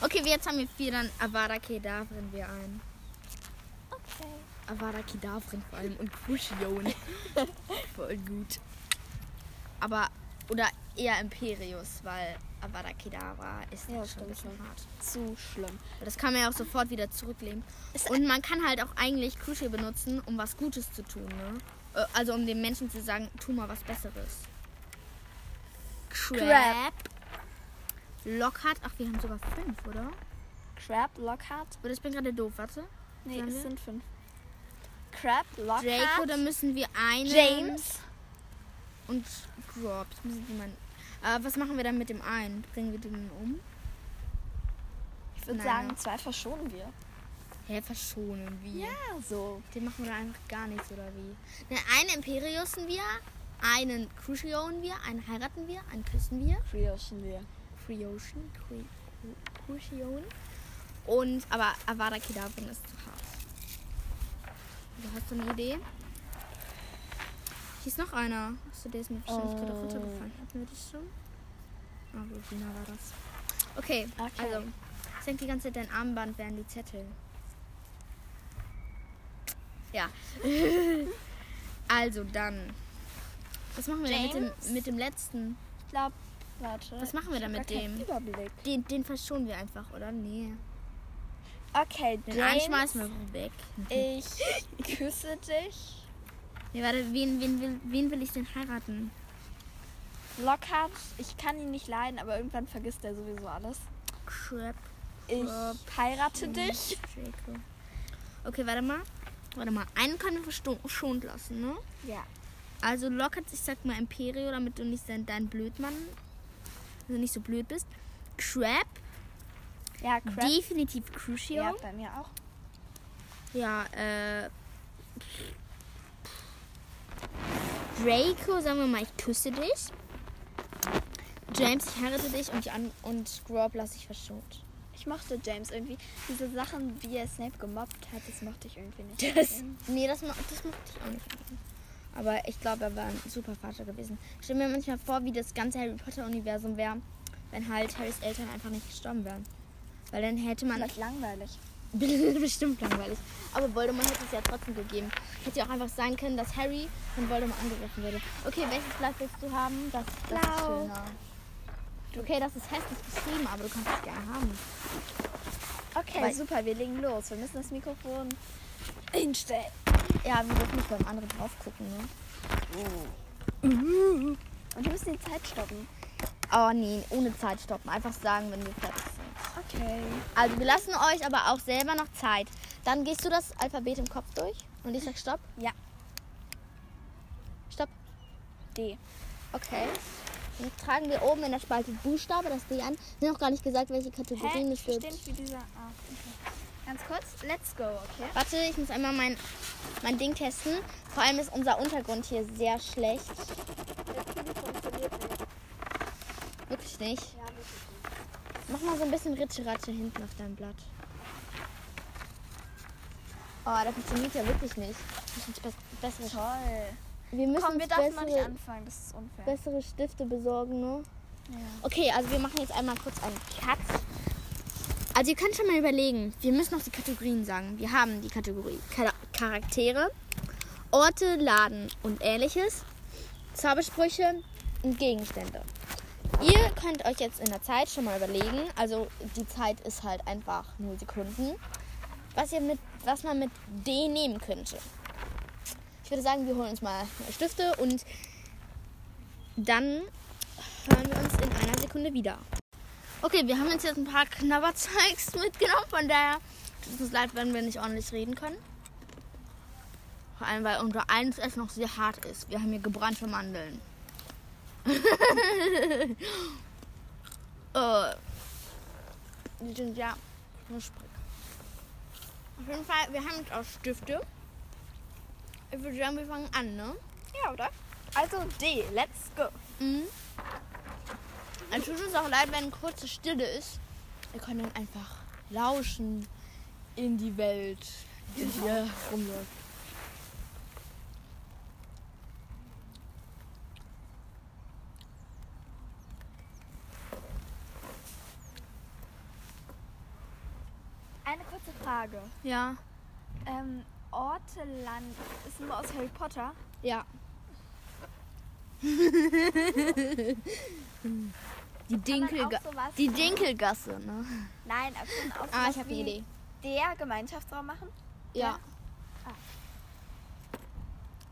[SPEAKER 1] okay, wir- jetzt haben wir vier, dann Avada Kedavrin wir ein.
[SPEAKER 2] Okay.
[SPEAKER 1] Avada Kedavrin vor allem und Crucion. Voll gut. Aber, oder eher Imperius, weil Avada Kedavra ist
[SPEAKER 2] Ja,
[SPEAKER 1] ja, schon ein
[SPEAKER 2] stimmt
[SPEAKER 1] bisschen
[SPEAKER 2] schon.
[SPEAKER 1] hart.
[SPEAKER 2] Zu schlimm.
[SPEAKER 1] Aber das kann man ja auch sofort wieder zurücklehnen.
[SPEAKER 2] Ist-
[SPEAKER 1] Und man kann halt auch eigentlich Crucial benutzen, um was Gutes zu tun, ne? Äh, Also um den Menschen zu sagen, tu mal was Besseres. Crab.
[SPEAKER 2] Crab.
[SPEAKER 1] Lockhart. Ach, wir haben sogar fünf, oder?
[SPEAKER 2] Crab, Lockhart.
[SPEAKER 1] Oder ich bin gerade doof, warte.
[SPEAKER 2] Nee,
[SPEAKER 1] Sollen
[SPEAKER 2] es
[SPEAKER 1] wir?
[SPEAKER 2] sind fünf. Crab, Lockhart.
[SPEAKER 1] Draco, dann müssen wir einen.
[SPEAKER 2] James.
[SPEAKER 1] Und Grops. Müssen wir mal... äh, was machen wir dann mit dem einen? Bringen wir den um?
[SPEAKER 2] Ich würde
[SPEAKER 1] Nein,
[SPEAKER 2] sagen,
[SPEAKER 1] ja.
[SPEAKER 2] zwei verschonen wir.
[SPEAKER 1] Hä, verschonen wir.
[SPEAKER 2] Ja, so.
[SPEAKER 1] Den machen wir da einfach gar nichts, oder wie? Ne, einen Imperiusen wir, einen Crucioen wir, einen heiraten wir, einen küssen wir.
[SPEAKER 2] Briochen wir.
[SPEAKER 1] Creation. Cre- Cre- Creation. Und, aber Avada Kedavra ist zu hart. Du hast du eine Idee? Hier ist noch einer. Achso, der ist mir wahrscheinlich gerade
[SPEAKER 2] Oh.
[SPEAKER 1] runtergefallen. Hatten wir das schon? Ah, Rubina war das. Okay,
[SPEAKER 2] Okay.
[SPEAKER 1] also, ich denke die ganze Zeit, dein Armband wären die Zettel. Ja. also, dann. Was machen wir denn mit
[SPEAKER 2] James?
[SPEAKER 1] dem, mit dem letzten?
[SPEAKER 2] Ich glaube, warte.
[SPEAKER 1] Was machen wir
[SPEAKER 2] ich
[SPEAKER 1] denn
[SPEAKER 2] hab
[SPEAKER 1] mit
[SPEAKER 2] gar keinen
[SPEAKER 1] dem?
[SPEAKER 2] Überblick.
[SPEAKER 1] Den, den verschonen wir einfach, oder? Nee.
[SPEAKER 2] Okay,
[SPEAKER 1] Den
[SPEAKER 2] James,
[SPEAKER 1] einen schmeißen wir weg.
[SPEAKER 2] ich küsse dich.
[SPEAKER 1] Nee, warte, wen, wen, will, wen will ich denn heiraten?
[SPEAKER 2] Lockhart, ich kann ihn nicht leiden, aber irgendwann vergisst er sowieso alles.
[SPEAKER 1] Crap.
[SPEAKER 2] Ich heirate dich.
[SPEAKER 1] Draco. Okay, warte mal. Warte mal. Einen können wir versto- verschont lassen, ne?
[SPEAKER 2] Ja.
[SPEAKER 1] Also Lockhart, ich sag mal Imperio, damit du nicht dein, dein Blödmann, also nicht so blöd bist. Crab,
[SPEAKER 2] Ja, Crap.
[SPEAKER 1] definitiv Crucio.
[SPEAKER 2] ja, bei mir auch.
[SPEAKER 1] Ja, äh. Draco, sagen wir mal, ich küsse dich. James, ich heirate dich und, die an und Grob lasse ich verschont.
[SPEAKER 2] Ich mochte James irgendwie. Diese Sachen, wie er Snape gemobbt hat, das mochte ich irgendwie nicht.
[SPEAKER 1] Das, nee, das, mo- das mochte ich auch nicht. Aber ich glaube, er war ein super Vater gewesen. Ich stelle mir manchmal vor, wie das ganze Harry Potter-Universum wäre, wenn halt Harrys Eltern einfach nicht gestorben wären. Weil dann hätte man
[SPEAKER 2] Vielleicht langweilig.
[SPEAKER 1] Bestimmt langweilig. Aber Voldemort hätte es ja trotzdem gegeben. Hätte ja auch einfach sein können, dass Harry von Voldemort angegriffen würde. Okay, welches Blatt willst du haben? Das, das ist
[SPEAKER 2] Blau.
[SPEAKER 1] schöner. Okay, das ist hässlich geschrieben, aber du kannst es gerne haben.
[SPEAKER 2] Okay,
[SPEAKER 1] Weil-
[SPEAKER 2] super, wir legen los. Wir müssen das Mikrofon hinstellen.
[SPEAKER 1] Ja, wir dürfen nicht beim anderen drauf gucken, ne?
[SPEAKER 2] Und wir müssen die Zeit stoppen.
[SPEAKER 1] Oh nee, ohne Zeit stoppen. Einfach sagen, wenn wir fertig sind.
[SPEAKER 2] Okay.
[SPEAKER 1] Also wir lassen euch aber auch selber noch Zeit. Dann gehst du das Alphabet im Kopf durch und ich sag Stopp.
[SPEAKER 2] Ja.
[SPEAKER 1] Stopp.
[SPEAKER 2] D.
[SPEAKER 1] Okay. Dann tragen wir oben in der Spalte Buchstabe das D an. Wir haben noch gar nicht gesagt, welche Kategorien es gibt.
[SPEAKER 2] wie dieser. Ah, okay. Ganz kurz, let's go, okay?
[SPEAKER 1] Warte, ich muss einmal mein, mein Ding testen. Vor allem ist unser Untergrund hier sehr schlecht. Wirklich nicht. Mach mal so ein bisschen Ritscheratsche hinten auf deinem Blatt. Oh, das funktioniert ja wirklich nicht. Wir müssen bess- bessere,
[SPEAKER 2] Toll.
[SPEAKER 1] wir müssen
[SPEAKER 2] Komm, wir
[SPEAKER 1] uns
[SPEAKER 2] dürfen noch nicht
[SPEAKER 1] bessere,
[SPEAKER 2] anfangen, das ist unfair.
[SPEAKER 1] bessere Stifte besorgen, ne?
[SPEAKER 2] Ja.
[SPEAKER 1] Okay, also wir machen jetzt einmal kurz einen Cut. Also ihr könnt schon mal überlegen, wir müssen noch die Kategorien sagen. Wir haben die Kategorie Chara- Charaktere, Orte, Laden und ähnliches, Zaubersprüche und Gegenstände. Ihr könnt euch jetzt in der Zeit schon mal überlegen, also die Zeit ist halt einfach 0 Sekunden, was, ihr mit, was man mit D nehmen könnte. Ich würde sagen, wir holen uns mal Stifte und dann hören wir uns in einer Sekunde wieder. Okay, wir haben uns jetzt ein paar Knabberzeugs mitgenommen, von daher tut es uns leid, wenn wir nicht ordentlich reden können. Vor allem, weil unser eines Essen noch sehr hart ist. Wir haben hier gebrannte Mandeln. äh, die sind ja knusprig. Auf jeden Fall, wir haben jetzt auch Stifte. Ich würde sagen, wir fangen an, ne?
[SPEAKER 2] ja, oder? Also D, let's go.
[SPEAKER 1] Mhm. Es tut uns auch leid, wenn kurze Stille ist. Wir können dann einfach lauschen in die Welt, die hier rumläuft.
[SPEAKER 2] Eine kurze Frage.
[SPEAKER 1] Ja,
[SPEAKER 2] Ähm, Orteland ist nur aus Harry Potter.
[SPEAKER 1] ja. die,
[SPEAKER 2] Kann man
[SPEAKER 1] Dinkelga
[SPEAKER 2] auch sowas
[SPEAKER 1] die Dinkelgasse, ne?
[SPEAKER 2] Nein, aber kann man auch
[SPEAKER 1] Ah,
[SPEAKER 2] sowas
[SPEAKER 1] ich habe eine
[SPEAKER 2] wie
[SPEAKER 1] Idee.
[SPEAKER 2] Der Gemeinschaftsraum machen?
[SPEAKER 1] Ja.
[SPEAKER 2] Ah.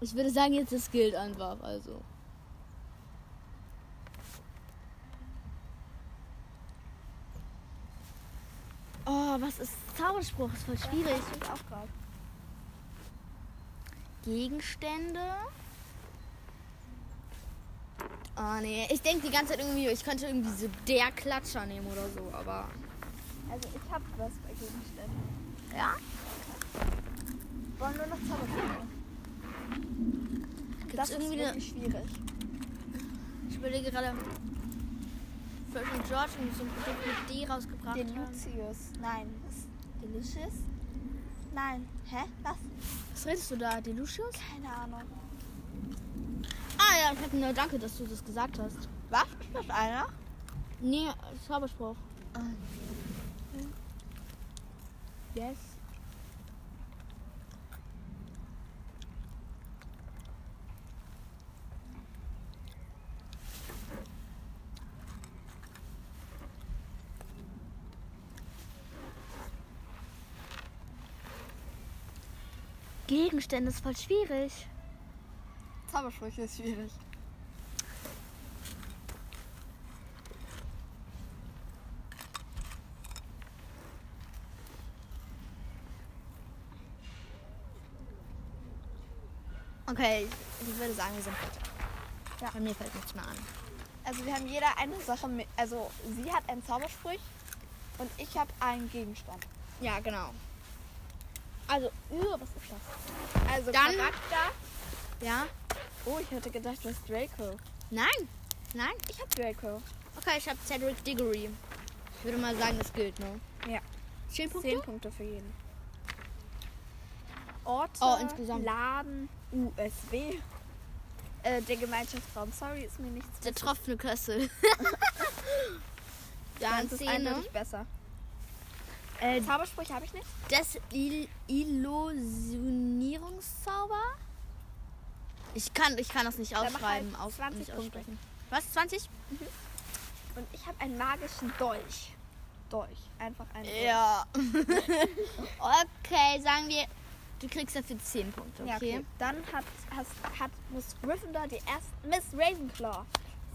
[SPEAKER 1] Ich würde sagen, jetzt das gilt einfach, also. Oh, was ist Zauberspruch? Ist voll
[SPEAKER 2] Ja,
[SPEAKER 1] schwierig.
[SPEAKER 2] das hab ich auch gerade.
[SPEAKER 1] Gegenstände. Oh nee, ich denke die ganze Zeit irgendwie, ich könnte irgendwie so der Klatscher nehmen oder so, aber.
[SPEAKER 2] Also ich hab was bei Gegenständen.
[SPEAKER 1] Ja?
[SPEAKER 2] Wollen nur noch Zaubersprüche.
[SPEAKER 1] Gibt's
[SPEAKER 2] Das ist
[SPEAKER 1] irgendwie
[SPEAKER 2] wirklich schwierig.
[SPEAKER 1] Ich überlege gerade. Flash und George und so ein Produkt mit D rausgebracht
[SPEAKER 2] Den
[SPEAKER 1] haben.
[SPEAKER 2] Lucius. Nein. Was? Delicious? Nein. Hä? Was?
[SPEAKER 1] Was redest du da? Die Lucius?
[SPEAKER 2] Keine Ahnung.
[SPEAKER 1] Ah ja, ich hab nur danke, dass du das gesagt hast.
[SPEAKER 2] Was? Ist das einer?
[SPEAKER 1] Nee, Zauberspruch.
[SPEAKER 2] Ah.
[SPEAKER 1] Yes. Gegenstände ist voll schwierig.
[SPEAKER 2] Zaubersprüche ist schwierig.
[SPEAKER 1] Okay, ich- ich würde sagen, wir sind fertig.
[SPEAKER 2] Ja.
[SPEAKER 1] Bei mir fällt nichts mehr an.
[SPEAKER 2] Also wir haben jeder eine Sache mit. Also sie hat einen Zauberspruch und ich habe einen Gegenstand.
[SPEAKER 1] Ja, genau. Also, äh, was ist das?
[SPEAKER 2] Also
[SPEAKER 1] Dann-
[SPEAKER 2] Charakter.
[SPEAKER 1] Ja?
[SPEAKER 2] Oh, ich hätte gedacht, du hast Draco.
[SPEAKER 1] Nein? Nein?
[SPEAKER 2] Ich habe Draco.
[SPEAKER 1] Okay, ich habe Cedric Diggory. Ich würde mal sagen, das gilt, ne?
[SPEAKER 2] Ja.
[SPEAKER 1] Zehn Punkte?
[SPEAKER 2] Zehn Punkte für jeden. Orte,
[SPEAKER 1] Oh, insgesamt.
[SPEAKER 2] Laden, USB. Äh, der Gemeinschaftsraum. Sorry, ist mir nichts.
[SPEAKER 1] Der tropfende Kessel. Dann
[SPEAKER 2] Deins ist
[SPEAKER 1] Szene.
[SPEAKER 2] eindeutig besser.
[SPEAKER 1] Äh,
[SPEAKER 2] Zaubersprüche habe ich nicht.
[SPEAKER 1] des Il Illusionierungszauber? Ich kann, ich kann das nicht
[SPEAKER 2] mach
[SPEAKER 1] ausschreiben.
[SPEAKER 2] halt
[SPEAKER 1] aus-
[SPEAKER 2] 20
[SPEAKER 1] nicht
[SPEAKER 2] Punkte.
[SPEAKER 1] aussprechen. Was? 20?
[SPEAKER 2] Und ich habe einen magischen Dolch. Dolch. Einfach einen
[SPEAKER 1] Ja. okay, sagen wir, du kriegst dafür 10 Punkte.
[SPEAKER 2] Dolch.
[SPEAKER 1] Okay.
[SPEAKER 2] Ja, okay. Dann hat, hat, hat Miss Gryffindor die erste. Miss Ravenclaw.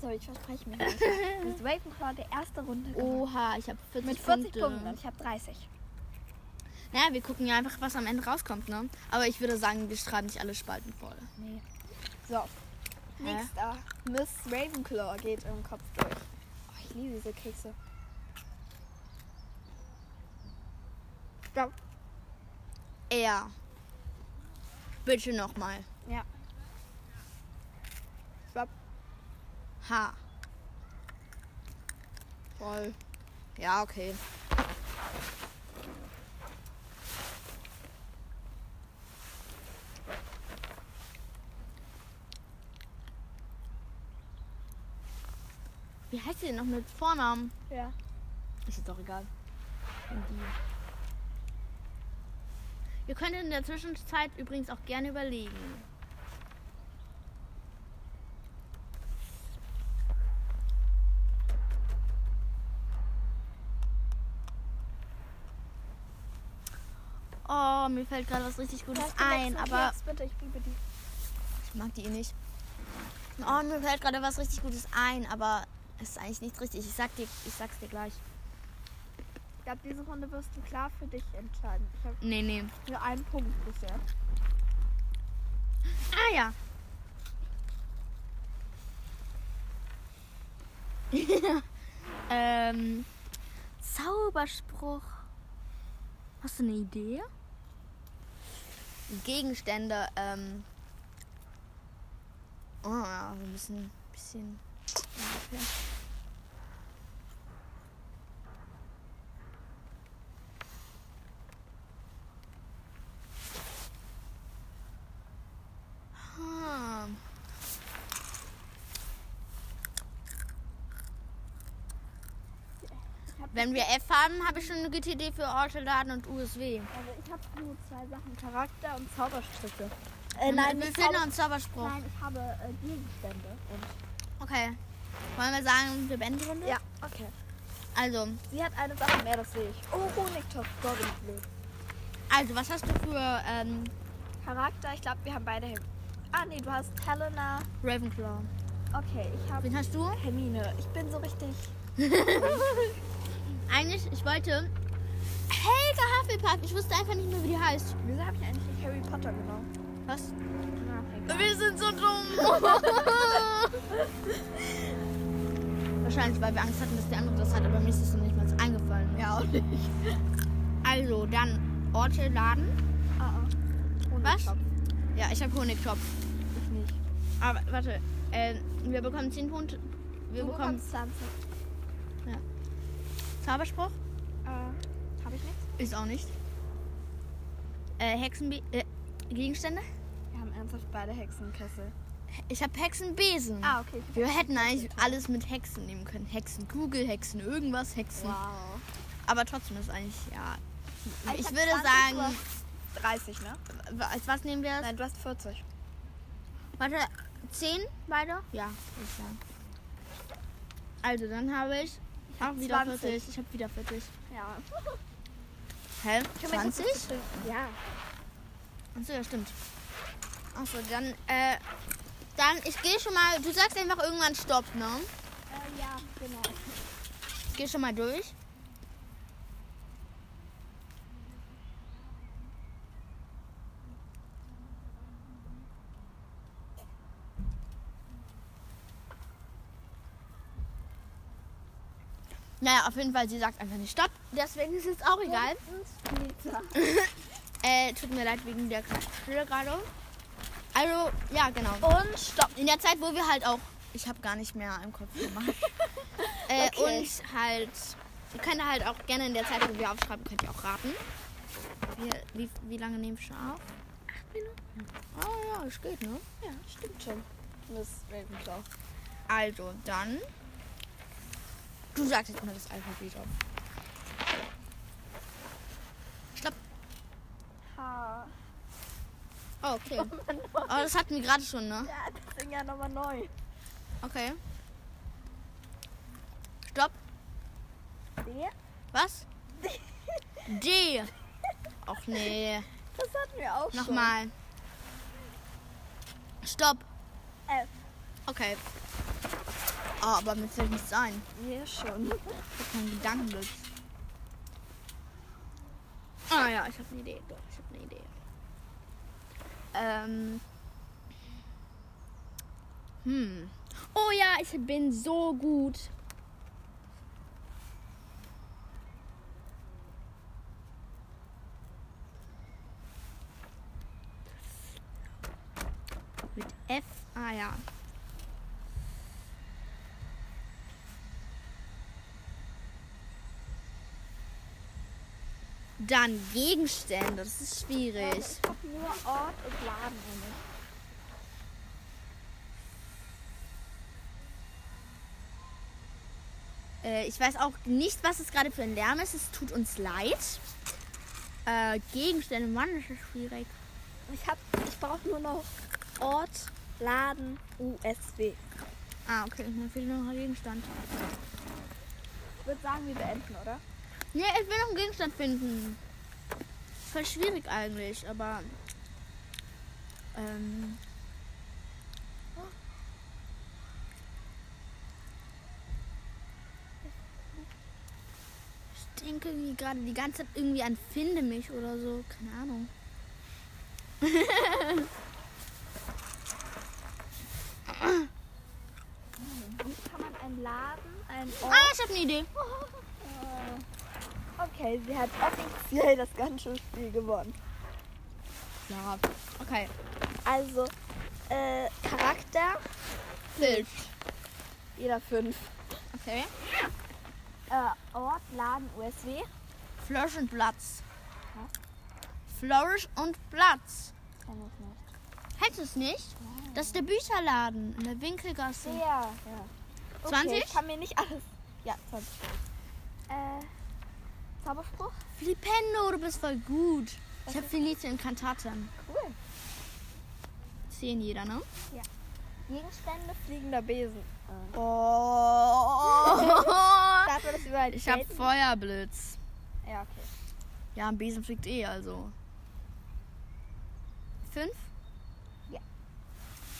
[SPEAKER 2] Sorry, ich verspreche mich. nicht. Miss Ravenclaw die erste Runde. gewonnen.
[SPEAKER 1] Oha, ich habe 40
[SPEAKER 2] Mit
[SPEAKER 1] Oh,
[SPEAKER 2] 40
[SPEAKER 1] Punkte.
[SPEAKER 2] Punkten. und ich habe 30.
[SPEAKER 1] Naja, wir gucken ja einfach, was am Ende rauskommt, ne? Aber ich würde sagen, wir schreiben nicht alle Spalten voll.
[SPEAKER 2] Nee. So. Nächster. Miss Ravenclaw geht im Kopf durch. Oh, ich liebe diese Kekse. Stopp.
[SPEAKER 1] Er. Bitte nochmal.
[SPEAKER 2] Ja. Stopp.
[SPEAKER 1] Ha. Voll. Ja, okay. Wie heißt sie denn noch mit Vornamen?
[SPEAKER 2] Ja.
[SPEAKER 1] Ist jetzt doch egal. Ihr könnt in der Zwischenzeit übrigens auch gerne überlegen. Oh, mir fällt gerade was richtig Gutes
[SPEAKER 2] Lass die
[SPEAKER 1] ein,
[SPEAKER 2] letzten
[SPEAKER 1] aber
[SPEAKER 2] Keks, Bitte, ich liebe die.
[SPEAKER 1] ich mag die eh nicht. Oh, mir fällt gerade was richtig Gutes ein, aber es ist eigentlich nicht richtig. Ich sag dir, ich sag's dir gleich.
[SPEAKER 2] Ich glaube, diese Runde wirst du klar für dich entscheiden. Ich habe
[SPEAKER 1] Nee, nee.
[SPEAKER 2] nur einen Punkt bisher.
[SPEAKER 1] Ah ja. ähm, Zauberspruch. Hast du eine Idee? Gegenstände. Ähm. Oh, ja, wir müssen ein bisschen. Ah.
[SPEAKER 2] Ich hab-
[SPEAKER 1] Wenn wir F haben, habe ich schon eine gute Idee für Orte, Laden und USW.
[SPEAKER 2] Also ich habe nur zwei Sachen. Charakter und Zauberstücke.
[SPEAKER 1] wir
[SPEAKER 2] nicht
[SPEAKER 1] fehlen noch
[SPEAKER 2] Zauber-
[SPEAKER 1] einen Zauberspruch.
[SPEAKER 2] Nein, ich habe äh, Gegenstände. Und
[SPEAKER 1] Okay. Wollen wir sagen, wir beenden die Runde?
[SPEAKER 2] ja, okay.
[SPEAKER 1] Also,
[SPEAKER 2] Sie hat eine Sache mehr, das sehe ich. Oh, Honigtopf, sorry, blöd.
[SPEAKER 1] also was hast du für ähm,
[SPEAKER 2] Charakter, ich glaube, wir haben beide hin. Ah, nee, du hast Helena.
[SPEAKER 1] Ravenclaw?
[SPEAKER 2] Okay, ich habe
[SPEAKER 1] Wen hast du?
[SPEAKER 2] Hermine. Ich bin so richtig.
[SPEAKER 1] Eigentlich, ich wollte Helga Hufflepuff. Ich wusste einfach nicht mehr, wie die heißt.
[SPEAKER 2] Wieso habe ich eigentlich nicht Harry Potter genommen?
[SPEAKER 1] Was?
[SPEAKER 2] Na, egal.
[SPEAKER 1] Wir sind so dumm. Wahrscheinlich, weil wir Angst hatten, dass der andere das hat. Aber mir ist das noch nicht mal eingefallen.
[SPEAKER 2] Ja, und ich.
[SPEAKER 1] Also, dann Orte, Laden.
[SPEAKER 2] Ah, ah. Honigtopf.
[SPEAKER 1] Ja, ich habe Honigtopf.
[SPEAKER 2] Ich nicht.
[SPEAKER 1] Ah, Aber warte, ähm, wir äh, bekommen 10 Punkte. Wir
[SPEAKER 2] Du
[SPEAKER 1] bekommen
[SPEAKER 2] bekommst 20.
[SPEAKER 1] Ja. Zauberspruch?
[SPEAKER 2] Äh, habe ich nichts?
[SPEAKER 1] Ist auch nicht. Äh, Hexenbe äh, Gegenstände?
[SPEAKER 2] Wir haben ernsthaft beide Hexenkessel.
[SPEAKER 1] Ich habe Hexenbesen.
[SPEAKER 2] Ah, okay. Ich
[SPEAKER 1] Wir hätten eigentlich alles mit Hexen nehmen können. Hexen Google, Hexen irgendwas, Hexen.
[SPEAKER 2] wow.
[SPEAKER 1] Aber trotzdem ist eigentlich, ja.
[SPEAKER 2] Also
[SPEAKER 1] ich
[SPEAKER 2] hab
[SPEAKER 1] würde
[SPEAKER 2] 20, du
[SPEAKER 1] sagen,
[SPEAKER 2] hast 30, ne?
[SPEAKER 1] w- als was nehmen wir das?
[SPEAKER 2] Nein, du hast 40.
[SPEAKER 1] Warte, 10 beide? Ja, würde ich sagen. Also, dann habe ich auch wieder
[SPEAKER 2] 20.
[SPEAKER 1] 40. Ich habe wieder 40.
[SPEAKER 2] Ja.
[SPEAKER 1] Hä?
[SPEAKER 2] Können wir das
[SPEAKER 1] 20?
[SPEAKER 2] jetzt bestimmen? Ja.
[SPEAKER 1] Achso, ja, stimmt. Achso, dann, äh, dann, ich gehe schon mal, du sagst einfach irgendwann Stopp, ne?
[SPEAKER 2] Äh, ja, genau.
[SPEAKER 1] Ich gehe schon mal durch. Naja, auf jeden Fall, sie sagt einfach nicht Stopp. Deswegen ist es auch egal.
[SPEAKER 2] Pizza.
[SPEAKER 1] Äh, tut mir leid wegen der Stille gerade. Also, ja, genau.
[SPEAKER 2] Und stopp.
[SPEAKER 1] In der Zeit, wo wir halt auch. Ich habe gar nicht mehr im Kopf gemacht. äh,
[SPEAKER 2] Okay.
[SPEAKER 1] Und halt. Ihr könnt halt auch gerne in der Zeit, wo wir aufschreiben, könnt ihr auch raten. Wir, wie, wie lange nehmen wir schon auf? Ah ja, es geht, ne?
[SPEAKER 2] Ja, stimmt schon. Miss Ravenclaw.
[SPEAKER 1] Also, dann. Du sagst jetzt mal das Alphabet auf. Stopp.
[SPEAKER 2] Ha.
[SPEAKER 1] Oh, okay. Aber das hatten wir gerade schon, ne?
[SPEAKER 2] Ja, das Ding ja nochmal neu.
[SPEAKER 1] Okay. Stopp.
[SPEAKER 2] D?
[SPEAKER 1] Was? D. Och nee.
[SPEAKER 2] Das hatten wir auch schon.
[SPEAKER 1] Nochmal. Stopp.
[SPEAKER 2] F.
[SPEAKER 1] Okay. Ah, aber mir fällt nichts ein.
[SPEAKER 2] Mir schon.
[SPEAKER 1] Ich hab keinen Gedankenblitz. Ah ja, ich habe eine Idee. Doch, ich habe eine Idee. Ähm. Hm. Oh ja, ich bin so gut. Mit F. Ah ja. Dann Gegenstände. Das ist schwierig.
[SPEAKER 2] Ich hab nur Ort und Laden ohne.
[SPEAKER 1] Äh, ich weiß auch nicht, was es gerade für ein Lärm ist. Es tut uns leid. Äh, Gegenstände, Mann, das ist schwierig.
[SPEAKER 2] Ich hab, ich brauche nur noch Ort, Laden, USW.
[SPEAKER 1] Ah, okay, mir fehlt noch ein Gegenstand.
[SPEAKER 2] Ich würde sagen, wir beenden, oder?
[SPEAKER 1] Ne, ich will noch einen Gegenstand finden. Voll schwierig eigentlich, aber. Ähm. Ich denke irgendwie gerade die ganze Zeit irgendwie an Finde mich oder so. Keine Ahnung.
[SPEAKER 2] Wie kann man einen Laden, einen
[SPEAKER 1] Ah,
[SPEAKER 2] Ort...
[SPEAKER 1] ich habe eine Idee.
[SPEAKER 2] Äh, Okay, sie hat offiziell das ganze Spiel gewonnen.
[SPEAKER 1] Ja. Okay.
[SPEAKER 2] Also, äh, Charakter,
[SPEAKER 1] Fisch.
[SPEAKER 2] jeder fünf.
[SPEAKER 1] Okay.
[SPEAKER 2] Äh, Ort, Laden, USW.
[SPEAKER 1] Flourish und Platz.
[SPEAKER 2] Was?
[SPEAKER 1] Flourish und Platz.
[SPEAKER 2] Kenn ich nicht.
[SPEAKER 1] Hättest du es nicht? Das ist der Bücherladen in der Winkelgasse.
[SPEAKER 2] Ja. ja. Okay,
[SPEAKER 1] 20?
[SPEAKER 2] Ich kann mir nicht alles. Ja, 20. Äh, Zauberspruch?
[SPEAKER 1] Flipendo, du bist voll gut. Ich
[SPEAKER 2] Was
[SPEAKER 1] habe
[SPEAKER 2] ist-
[SPEAKER 1] Felice in Kantaten.
[SPEAKER 2] Cool.
[SPEAKER 1] Zehn jeder, ne?
[SPEAKER 2] Gegenstände, fliegender Besen.
[SPEAKER 1] Oh.
[SPEAKER 2] Ah. Darf man das überall
[SPEAKER 1] ich habe
[SPEAKER 2] daten?
[SPEAKER 1] Feuerblitz.
[SPEAKER 2] Ja, okay.
[SPEAKER 1] Ja, ein Besen fliegt eh, also. Fünf?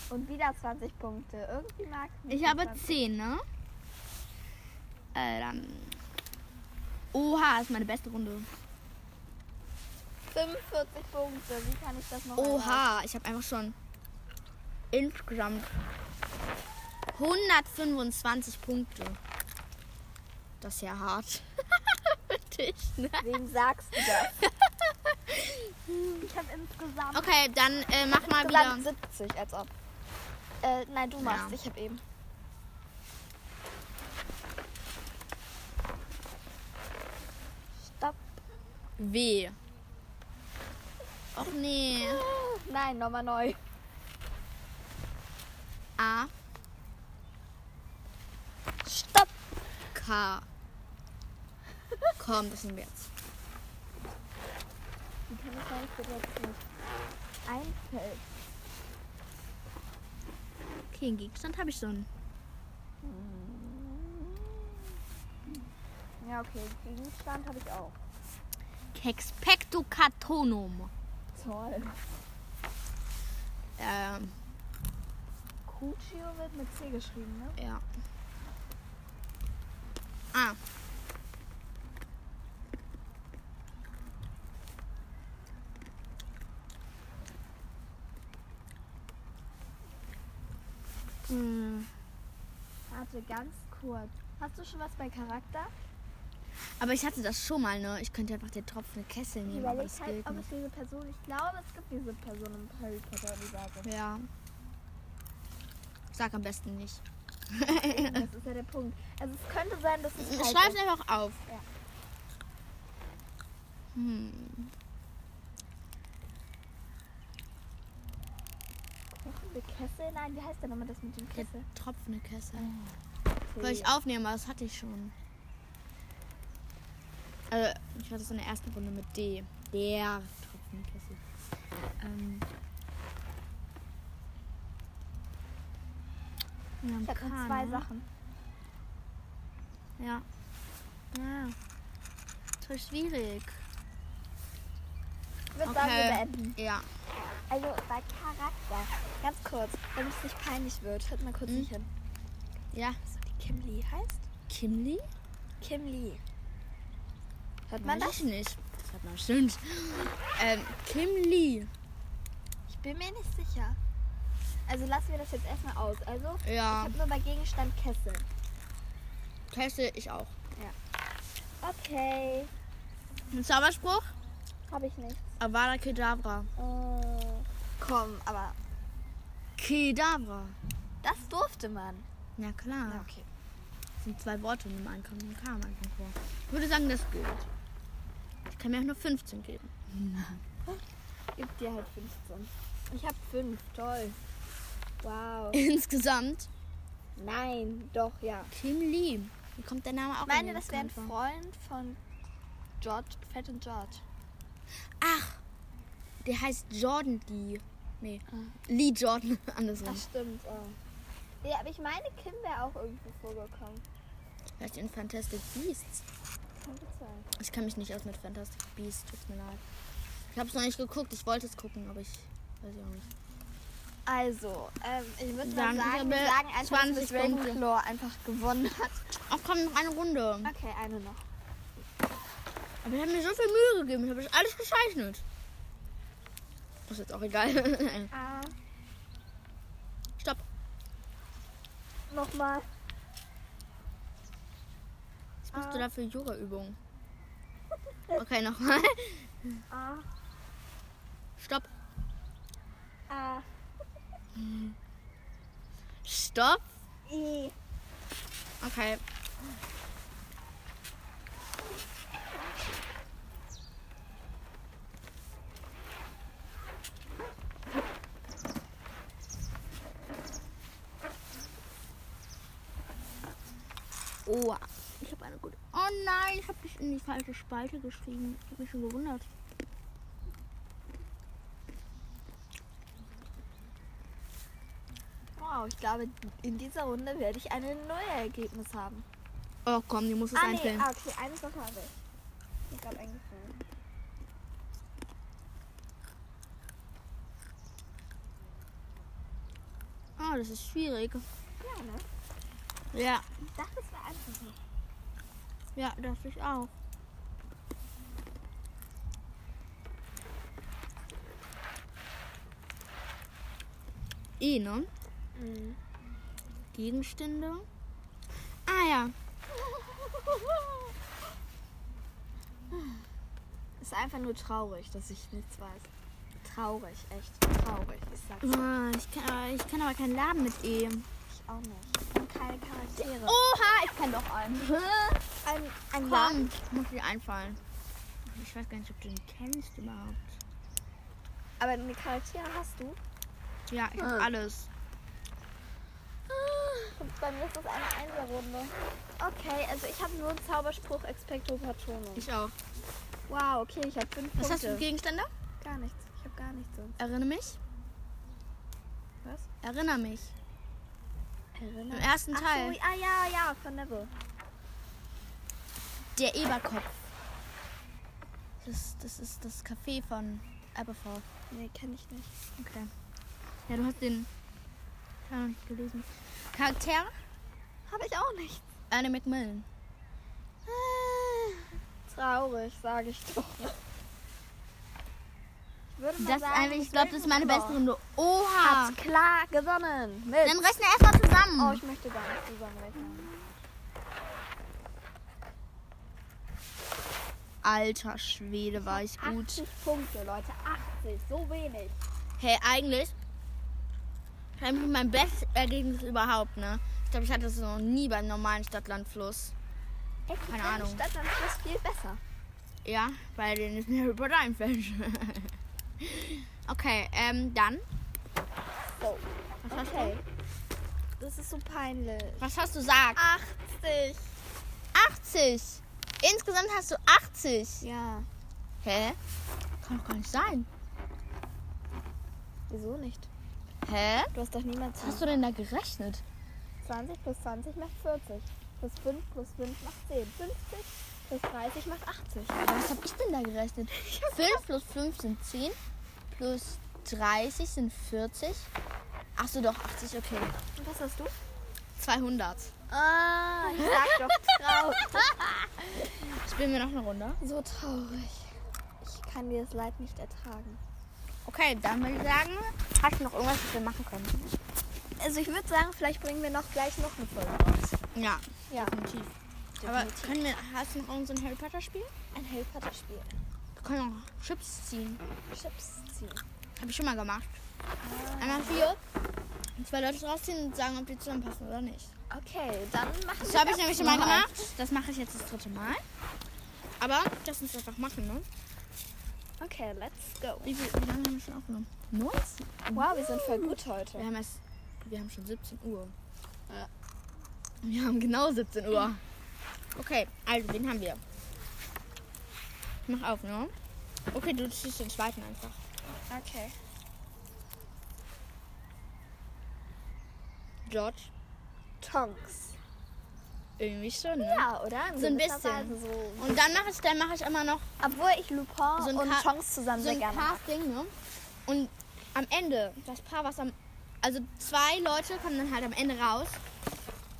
[SPEAKER 2] Und wieder 20 Punkte. Irgendwie mag
[SPEAKER 1] Ich habe zehn, ne? Äh, dann. Oha, ist meine beste Runde.
[SPEAKER 2] 45 Punkte. Wie kann ich das noch?
[SPEAKER 1] Oha, ich habe einfach schon insgesamt 125 Punkte. Das ist ja hart. Für dich, ne?
[SPEAKER 2] erreichen? Wem sagst du das? ich habe insgesamt,
[SPEAKER 1] Okay, dann äh, mach mal
[SPEAKER 2] insgesamt
[SPEAKER 1] wieder.
[SPEAKER 2] 70, als ob. Äh, nein, du machst.
[SPEAKER 1] Ja.
[SPEAKER 2] Ich habe eben.
[SPEAKER 1] W. Och nee.
[SPEAKER 2] Nein, nochmal neu.
[SPEAKER 1] A.
[SPEAKER 2] Stopp!
[SPEAKER 1] K. Komm, das nehmen wir jetzt.
[SPEAKER 2] Ich kann es gar nicht besetzen. Einfällt.
[SPEAKER 1] Okay, einen Gegenstand habe ich schon.
[SPEAKER 2] Ja, okay. Gegenstand habe ich auch.
[SPEAKER 1] Kexpecto Catonum.
[SPEAKER 2] Toll.
[SPEAKER 1] Ähm,
[SPEAKER 2] Cuccio wird mit C geschrieben, ne?
[SPEAKER 1] ja. Ah, hm.
[SPEAKER 2] Warte, ganz kurz. Hast du schon was bei Charakter?
[SPEAKER 1] aber ich hatte das schon mal, ne? Ich könnte einfach den tropfenden Kessel
[SPEAKER 2] Ich
[SPEAKER 1] nehmen, aber
[SPEAKER 2] überlege
[SPEAKER 1] das
[SPEAKER 2] halt,
[SPEAKER 1] gilt
[SPEAKER 2] ob es
[SPEAKER 1] nicht.
[SPEAKER 2] diese Person. Ich glaube, es gibt diese Person im Harry Potter-Universum.
[SPEAKER 1] Ja. Sag am besten nicht.
[SPEAKER 2] Das ist ja der Punkt. Also, es könnte sein, dass es. halt falsch
[SPEAKER 1] Schreib
[SPEAKER 2] ist.
[SPEAKER 1] es einfach auf.
[SPEAKER 2] Ja.
[SPEAKER 1] Hm.
[SPEAKER 2] Kochende Kessel? Nein, wie heißt der nochmal das mit dem
[SPEAKER 1] Der
[SPEAKER 2] Kessel?
[SPEAKER 1] tropfende Kessel. Wollte ich aufnehmen, aber das hatte ich schon. Also, ich hatte es in der ersten Runde mit D. Der tropfende Kessel. Ähm. Ja,
[SPEAKER 2] Ich habe nur
[SPEAKER 1] K,
[SPEAKER 2] zwei
[SPEAKER 1] ne?
[SPEAKER 2] Sachen.
[SPEAKER 1] Ja. Ja. Total schwierig.
[SPEAKER 2] Ich würde sagen, wir
[SPEAKER 1] Okay.
[SPEAKER 2] beenden.
[SPEAKER 1] Ja.
[SPEAKER 2] Also bei Charakter, ganz kurz, damit es nicht peinlich wird, hört mal kurz
[SPEAKER 1] Mhm.
[SPEAKER 2] nicht hin.
[SPEAKER 1] Ja.
[SPEAKER 2] So, die Kim Lee heißt?
[SPEAKER 1] Kimli?
[SPEAKER 2] Kim Lee. Hört man
[SPEAKER 1] Man
[SPEAKER 2] das?
[SPEAKER 1] das nicht. Das hat man bestimmt. Ähm, Kim Lee.
[SPEAKER 2] Ich bin mir nicht sicher. Also lassen wir das jetzt erstmal aus. Also, ich
[SPEAKER 1] Ja.
[SPEAKER 2] habe nur bei Gegenstand Kessel.
[SPEAKER 1] Kessel, ich auch.
[SPEAKER 2] Okay,
[SPEAKER 1] Ein Zauberspruch?
[SPEAKER 2] habe ich nicht.
[SPEAKER 1] Avada Kedavra.
[SPEAKER 2] Oh. Komm, aber
[SPEAKER 1] Kedavra.
[SPEAKER 2] das durfte man.
[SPEAKER 1] Na klar.
[SPEAKER 2] Ja, okay.
[SPEAKER 1] Das sind zwei Worte in dem Einkommen und K am Anfang vor. Ich würde sagen, das gilt. Ich kann mir auch nur 15 geben.
[SPEAKER 2] Gib dir halt 15. Ich habe 5, toll. Wow.
[SPEAKER 1] Insgesamt.
[SPEAKER 2] Nein, doch, ja.
[SPEAKER 1] Kim Lee. Wie kommt der Name auch
[SPEAKER 2] Ich meine,
[SPEAKER 1] in den
[SPEAKER 2] das wäre ein
[SPEAKER 1] Kampf?
[SPEAKER 2] Freund von George, Fat und George.
[SPEAKER 1] Ach, der heißt Jordan Lee. Nee,
[SPEAKER 2] Ah.
[SPEAKER 1] Lee Jordan, andersrum.
[SPEAKER 2] Das stimmt. Oh. Ja, aber ich meine, Kim wäre auch irgendwo vorgekommen.
[SPEAKER 1] Vielleicht in Fantastic Beasts.
[SPEAKER 2] Kann gut sein.
[SPEAKER 1] Ich kann mich nicht aus mit Fantastic Beasts, tut mir leid. Ich habe es noch nicht geguckt, ich wollte es gucken, aber ich weiß ich auch nicht.
[SPEAKER 2] Also, ähm, ich würde mal
[SPEAKER 1] Dann
[SPEAKER 2] sagen, wir
[SPEAKER 1] Isabel,
[SPEAKER 2] sagen einfach,
[SPEAKER 1] 20
[SPEAKER 2] dass das
[SPEAKER 1] Punkte.
[SPEAKER 2] Ravenclaw einfach gewonnen hat.
[SPEAKER 1] Ach komm, noch eine Runde.
[SPEAKER 2] Okay, eine noch.
[SPEAKER 1] Aber ich habe mir so viel Mühe gegeben, ich habe das alles gezeichnet. Ist jetzt auch egal.
[SPEAKER 2] Ah,
[SPEAKER 1] Stopp.
[SPEAKER 2] nochmal.
[SPEAKER 1] Jetzt machst du
[SPEAKER 2] Ah.
[SPEAKER 1] dafür Yoga-Übungen. Okay, nochmal.
[SPEAKER 2] Ah,
[SPEAKER 1] Stopp.
[SPEAKER 2] ah,
[SPEAKER 1] Stopp.
[SPEAKER 2] i.
[SPEAKER 1] Okay. Oh, ich habe eine gute. Oh nein, ich habe mich in die falsche Spalte geschrieben. Ich habe mich schon gewundert.
[SPEAKER 2] Wow, ich glaube, in dieser Runde werde ich ein neues Ergebnis haben.
[SPEAKER 1] Oh komm, die muss es
[SPEAKER 2] ah, nee,
[SPEAKER 1] einfällen.
[SPEAKER 2] ah, okay, eine Sache habe ich. Ich habe eingefallen.
[SPEAKER 1] Oh, das ist schwierig.
[SPEAKER 2] Ja, ne?
[SPEAKER 1] Ja,
[SPEAKER 2] Ich dachte, es wäre einfacher.
[SPEAKER 1] ja, das ich auch. E, ne?
[SPEAKER 2] Mhm.
[SPEAKER 1] Gegenstände. Ah ja,
[SPEAKER 2] Ist einfach nur traurig, dass ich nichts weiß. Traurig, echt traurig. Ich sag's
[SPEAKER 1] Ah, ich kann, ich kann aber keinen Laden mit E.
[SPEAKER 2] euch auch nicht. Oh, Und keine Charaktere.
[SPEAKER 1] Oha, ich kann doch einen.
[SPEAKER 2] Ein, ein
[SPEAKER 1] Komm, muss mir einfallen. Ich weiß gar nicht, ob du ihn kennst überhaupt.
[SPEAKER 2] Aber eine Charaktere hast du.
[SPEAKER 1] Ja, ich hab
[SPEAKER 2] Ah.
[SPEAKER 1] alles.
[SPEAKER 2] Und bei mir ist das eine Einserrunde. Okay, also ich habe nur einen Zauberspruch Expecto Patronum.
[SPEAKER 1] Ich auch.
[SPEAKER 2] Wow, okay, ich habe fünf
[SPEAKER 1] Was
[SPEAKER 2] Punkte.
[SPEAKER 1] hast du für Gegenstände?
[SPEAKER 2] Gar nichts. Ich habe gar nichts sonst.
[SPEAKER 1] Erinnere mich.
[SPEAKER 2] Was?
[SPEAKER 1] Erinnere mich.
[SPEAKER 2] Erinnert.
[SPEAKER 1] Im ersten
[SPEAKER 2] Ach
[SPEAKER 1] Teil.
[SPEAKER 2] So, ah ja, ja, von Neville.
[SPEAKER 1] Der Eberkopf. Das, das ist das Café von Aberforth.
[SPEAKER 2] Nee, kenne ich nicht.
[SPEAKER 1] Okay. Ja, du hast den. Kann noch nicht gelesen. Charakter?
[SPEAKER 2] Habe ich auch nicht.
[SPEAKER 1] Anne McMillan.
[SPEAKER 2] Äh, Traurig, sage ich doch. Ich würde mal
[SPEAKER 1] Das ist
[SPEAKER 2] sagen,
[SPEAKER 1] einfach, ich glaube, das ist meine beste Runde. Oha!
[SPEAKER 2] Hat klar gewonnen. Mit.
[SPEAKER 1] Dann rechne erstmal
[SPEAKER 2] Oh,
[SPEAKER 1] zusammen.
[SPEAKER 2] ich möchte gar nicht zusammenrechnen.
[SPEAKER 1] Alter Schwede, war ich gut.
[SPEAKER 2] 80 Punkte, Leute. 80. So wenig.
[SPEAKER 1] Hey, eigentlich habe ich mein bestes Ergebnis überhaupt, ne? Ich glaube, ich hatte das noch nie beim normalen Stadtlandfluss.
[SPEAKER 2] Echt, ich
[SPEAKER 1] Keine
[SPEAKER 2] fand
[SPEAKER 1] Ahnung.
[SPEAKER 2] Stadt dann ist viel besser.
[SPEAKER 1] Ja, weil denen ist mir Harry Potter einfällt. okay, ähm, dann.
[SPEAKER 2] So.
[SPEAKER 1] Was hast du?
[SPEAKER 2] Okay. Das ist so peinlich.
[SPEAKER 1] Was hast du gesagt?
[SPEAKER 2] 80.
[SPEAKER 1] 80! Insgesamt hast du 80.
[SPEAKER 2] Ja.
[SPEAKER 1] Hä? Kann doch gar nicht sein.
[SPEAKER 2] Wieso nicht?
[SPEAKER 1] Hä?
[SPEAKER 2] Du hast doch niemals
[SPEAKER 1] Was hast du denn da gerechnet?
[SPEAKER 2] 20 plus 20 macht 40. Plus 5 plus 5 macht 10. 50 plus 30 macht 80.
[SPEAKER 1] Was habe ich denn da gerechnet? 5 plus 5 sind 10, plus 30 sind 40. Achso, doch, 80, okay.
[SPEAKER 2] Und was hast du?
[SPEAKER 1] 200.
[SPEAKER 2] Ah, ich sag doch traurig.
[SPEAKER 1] Spielen wir noch eine Runde?
[SPEAKER 2] So traurig. Ich kann dir das Leid nicht ertragen.
[SPEAKER 1] Okay, dann würde ich sagen, hast du noch irgendwas, was wir machen können?
[SPEAKER 2] Also ich würde sagen, vielleicht bringen wir noch gleich noch eine Folge raus.
[SPEAKER 1] Ja,
[SPEAKER 2] Ja,
[SPEAKER 1] definitiv. Aber können wir, hast du noch irgendein Harry Potter Spiel?
[SPEAKER 2] ein Harry Potter Spiel.
[SPEAKER 1] Wir können auch Chips ziehen.
[SPEAKER 2] Chips ziehen.
[SPEAKER 1] Habe ich schon mal gemacht. Einmal vier. Und zwei Leute rausziehen und sagen, ob die zusammenpassen oder nicht.
[SPEAKER 2] Okay, dann machen wir
[SPEAKER 1] Das habe ich
[SPEAKER 2] das
[SPEAKER 1] nämlich schon mal
[SPEAKER 2] mal.
[SPEAKER 1] gemacht. Das mache ich jetzt das dritte Mal. Aber lass uns einfach machen, ne?
[SPEAKER 2] Okay, let's go.
[SPEAKER 1] Wie, viel, wie lange haben wir schon aufgenommen? 19?
[SPEAKER 2] Wow, wir sind voll gut heute.
[SPEAKER 1] Wir haben, es, wir haben schon 17 Uhr. Wir haben genau 17 Uhr. Okay, also den haben wir. Mach auf, ne? Okay, du ziehst den zweiten einfach.
[SPEAKER 2] Okay.
[SPEAKER 1] George,
[SPEAKER 2] Tonks.
[SPEAKER 1] irgendwie schon, ne?
[SPEAKER 2] Ja, oder? In
[SPEAKER 1] So ein
[SPEAKER 2] gewisser
[SPEAKER 1] bisschen.
[SPEAKER 2] Weise So.
[SPEAKER 1] Und dann mache ich, dann mache ich immer noch
[SPEAKER 2] Obwohl ich Lupin
[SPEAKER 1] So ein
[SPEAKER 2] und
[SPEAKER 1] Ka-
[SPEAKER 2] Tonks zusammen
[SPEAKER 1] so
[SPEAKER 2] sehr
[SPEAKER 1] ein
[SPEAKER 2] gerne mag.
[SPEAKER 1] Casting, ne? Und am Ende, das Paar, was am. Also zwei Leute kommen dann halt am Ende raus.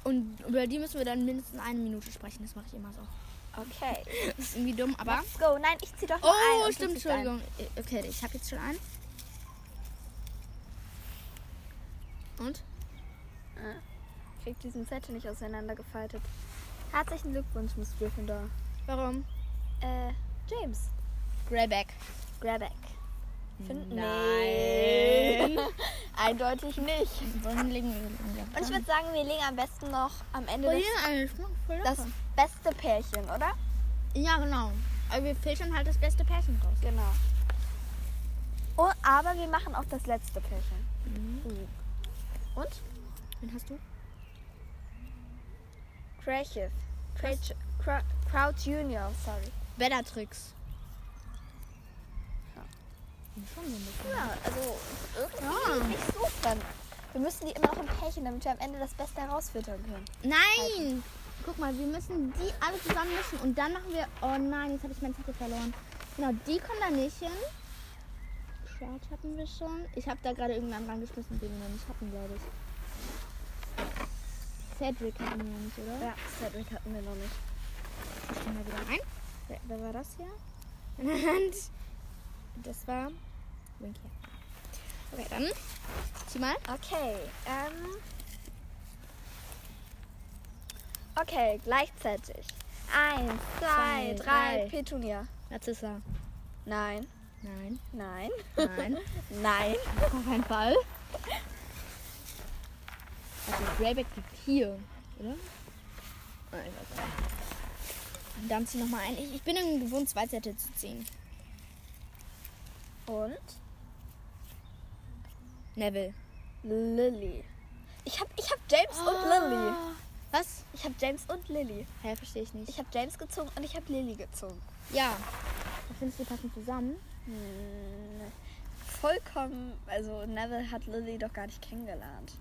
[SPEAKER 1] Und über die müssen wir dann mindestens eine Minute sprechen. Das mache ich immer so.
[SPEAKER 2] Okay.
[SPEAKER 1] Das ist irgendwie dumm, aber.
[SPEAKER 2] Let's go. Nein, ich zieh doch noch ein.
[SPEAKER 1] Oh,
[SPEAKER 2] und du
[SPEAKER 1] stimmt,
[SPEAKER 2] ziehst ein.
[SPEAKER 1] Entschuldigung. Äh, Okay, ich habe jetzt schon einen. Und?
[SPEAKER 2] krieg diesen Zettel nicht auseinandergefaltet. Herzlichen Glückwunsch, Miss Gryffindor.
[SPEAKER 1] Warum?
[SPEAKER 2] Äh, James.
[SPEAKER 1] Greyback.
[SPEAKER 2] Grabeck. Finden?
[SPEAKER 1] Nein.
[SPEAKER 2] Eindeutig nicht.
[SPEAKER 1] Wollen legen wir den
[SPEAKER 2] Und ich würde sagen, wir legen am besten noch am Ende
[SPEAKER 1] Oh,
[SPEAKER 2] das,
[SPEAKER 1] hier eine Schmuck, voll
[SPEAKER 2] das
[SPEAKER 1] lecker.
[SPEAKER 2] beste Pärchen, oder?
[SPEAKER 1] Ja, genau. Aber wir filtern halt das beste Pärchen raus.
[SPEAKER 2] Genau. Oh, aber wir machen auch das letzte Pärchen. Und?
[SPEAKER 1] Wen hast du?
[SPEAKER 2] Craigiv. Craig- Cra- Crouch Junior, sorry.
[SPEAKER 1] Bellatrix. Schon so ein bisschen.
[SPEAKER 2] Ja, also irgendwie
[SPEAKER 1] Ja.
[SPEAKER 2] nicht so spannend. Wir müssen die immer noch im Pärchen, damit wir am Ende das Beste herausfiltern können.
[SPEAKER 1] Nein! Guck mal, wir müssen die alle zusammen mischen und dann machen wir. Oh nein, jetzt habe ich meinen Zettel verloren. Genau, die kommen da nicht hin. Crouch hatten wir schon. Ich habe da gerade irgendeinen reingeschmissen, den wir noch nicht hatten, glaube ich. Cedric hatten wir noch nicht, oder?
[SPEAKER 2] Ja, Cedric hatten wir noch nicht.
[SPEAKER 1] Ich stelle mal wieder ein. Wer, wer war das hier? Und das war Winky. Okay, dann zieh mal.
[SPEAKER 2] Okay, ähm. Okay, gleichzeitig. Eins, zwei,
[SPEAKER 1] Zwei,
[SPEAKER 2] drei.
[SPEAKER 1] drei.
[SPEAKER 2] Petunia.
[SPEAKER 1] Narzissa.
[SPEAKER 2] Nein,
[SPEAKER 1] Nein,
[SPEAKER 2] nein,
[SPEAKER 1] nein,
[SPEAKER 2] nein.
[SPEAKER 1] auf keinen Fall. Ah, Also Greyback liegt hier, oder? Nein, ich weiß nicht. Dann zieh nochmal ein. Ich, ich bin irgendwie gewohnt, zwei Zettel zu ziehen.
[SPEAKER 2] Und
[SPEAKER 1] Neville.
[SPEAKER 2] Lily. Ich hab, ich hab James Oh. und Lily.
[SPEAKER 1] Was?
[SPEAKER 2] Ich hab James und Lily.
[SPEAKER 1] Hä, verstehe ich nicht.
[SPEAKER 2] Ich hab James gezogen und ich hab Lily gezogen.
[SPEAKER 1] Ja. Was findest du passen zusammen?
[SPEAKER 2] Hm, vollkommen. Also Neville hat Lily doch gar nicht kennengelernt.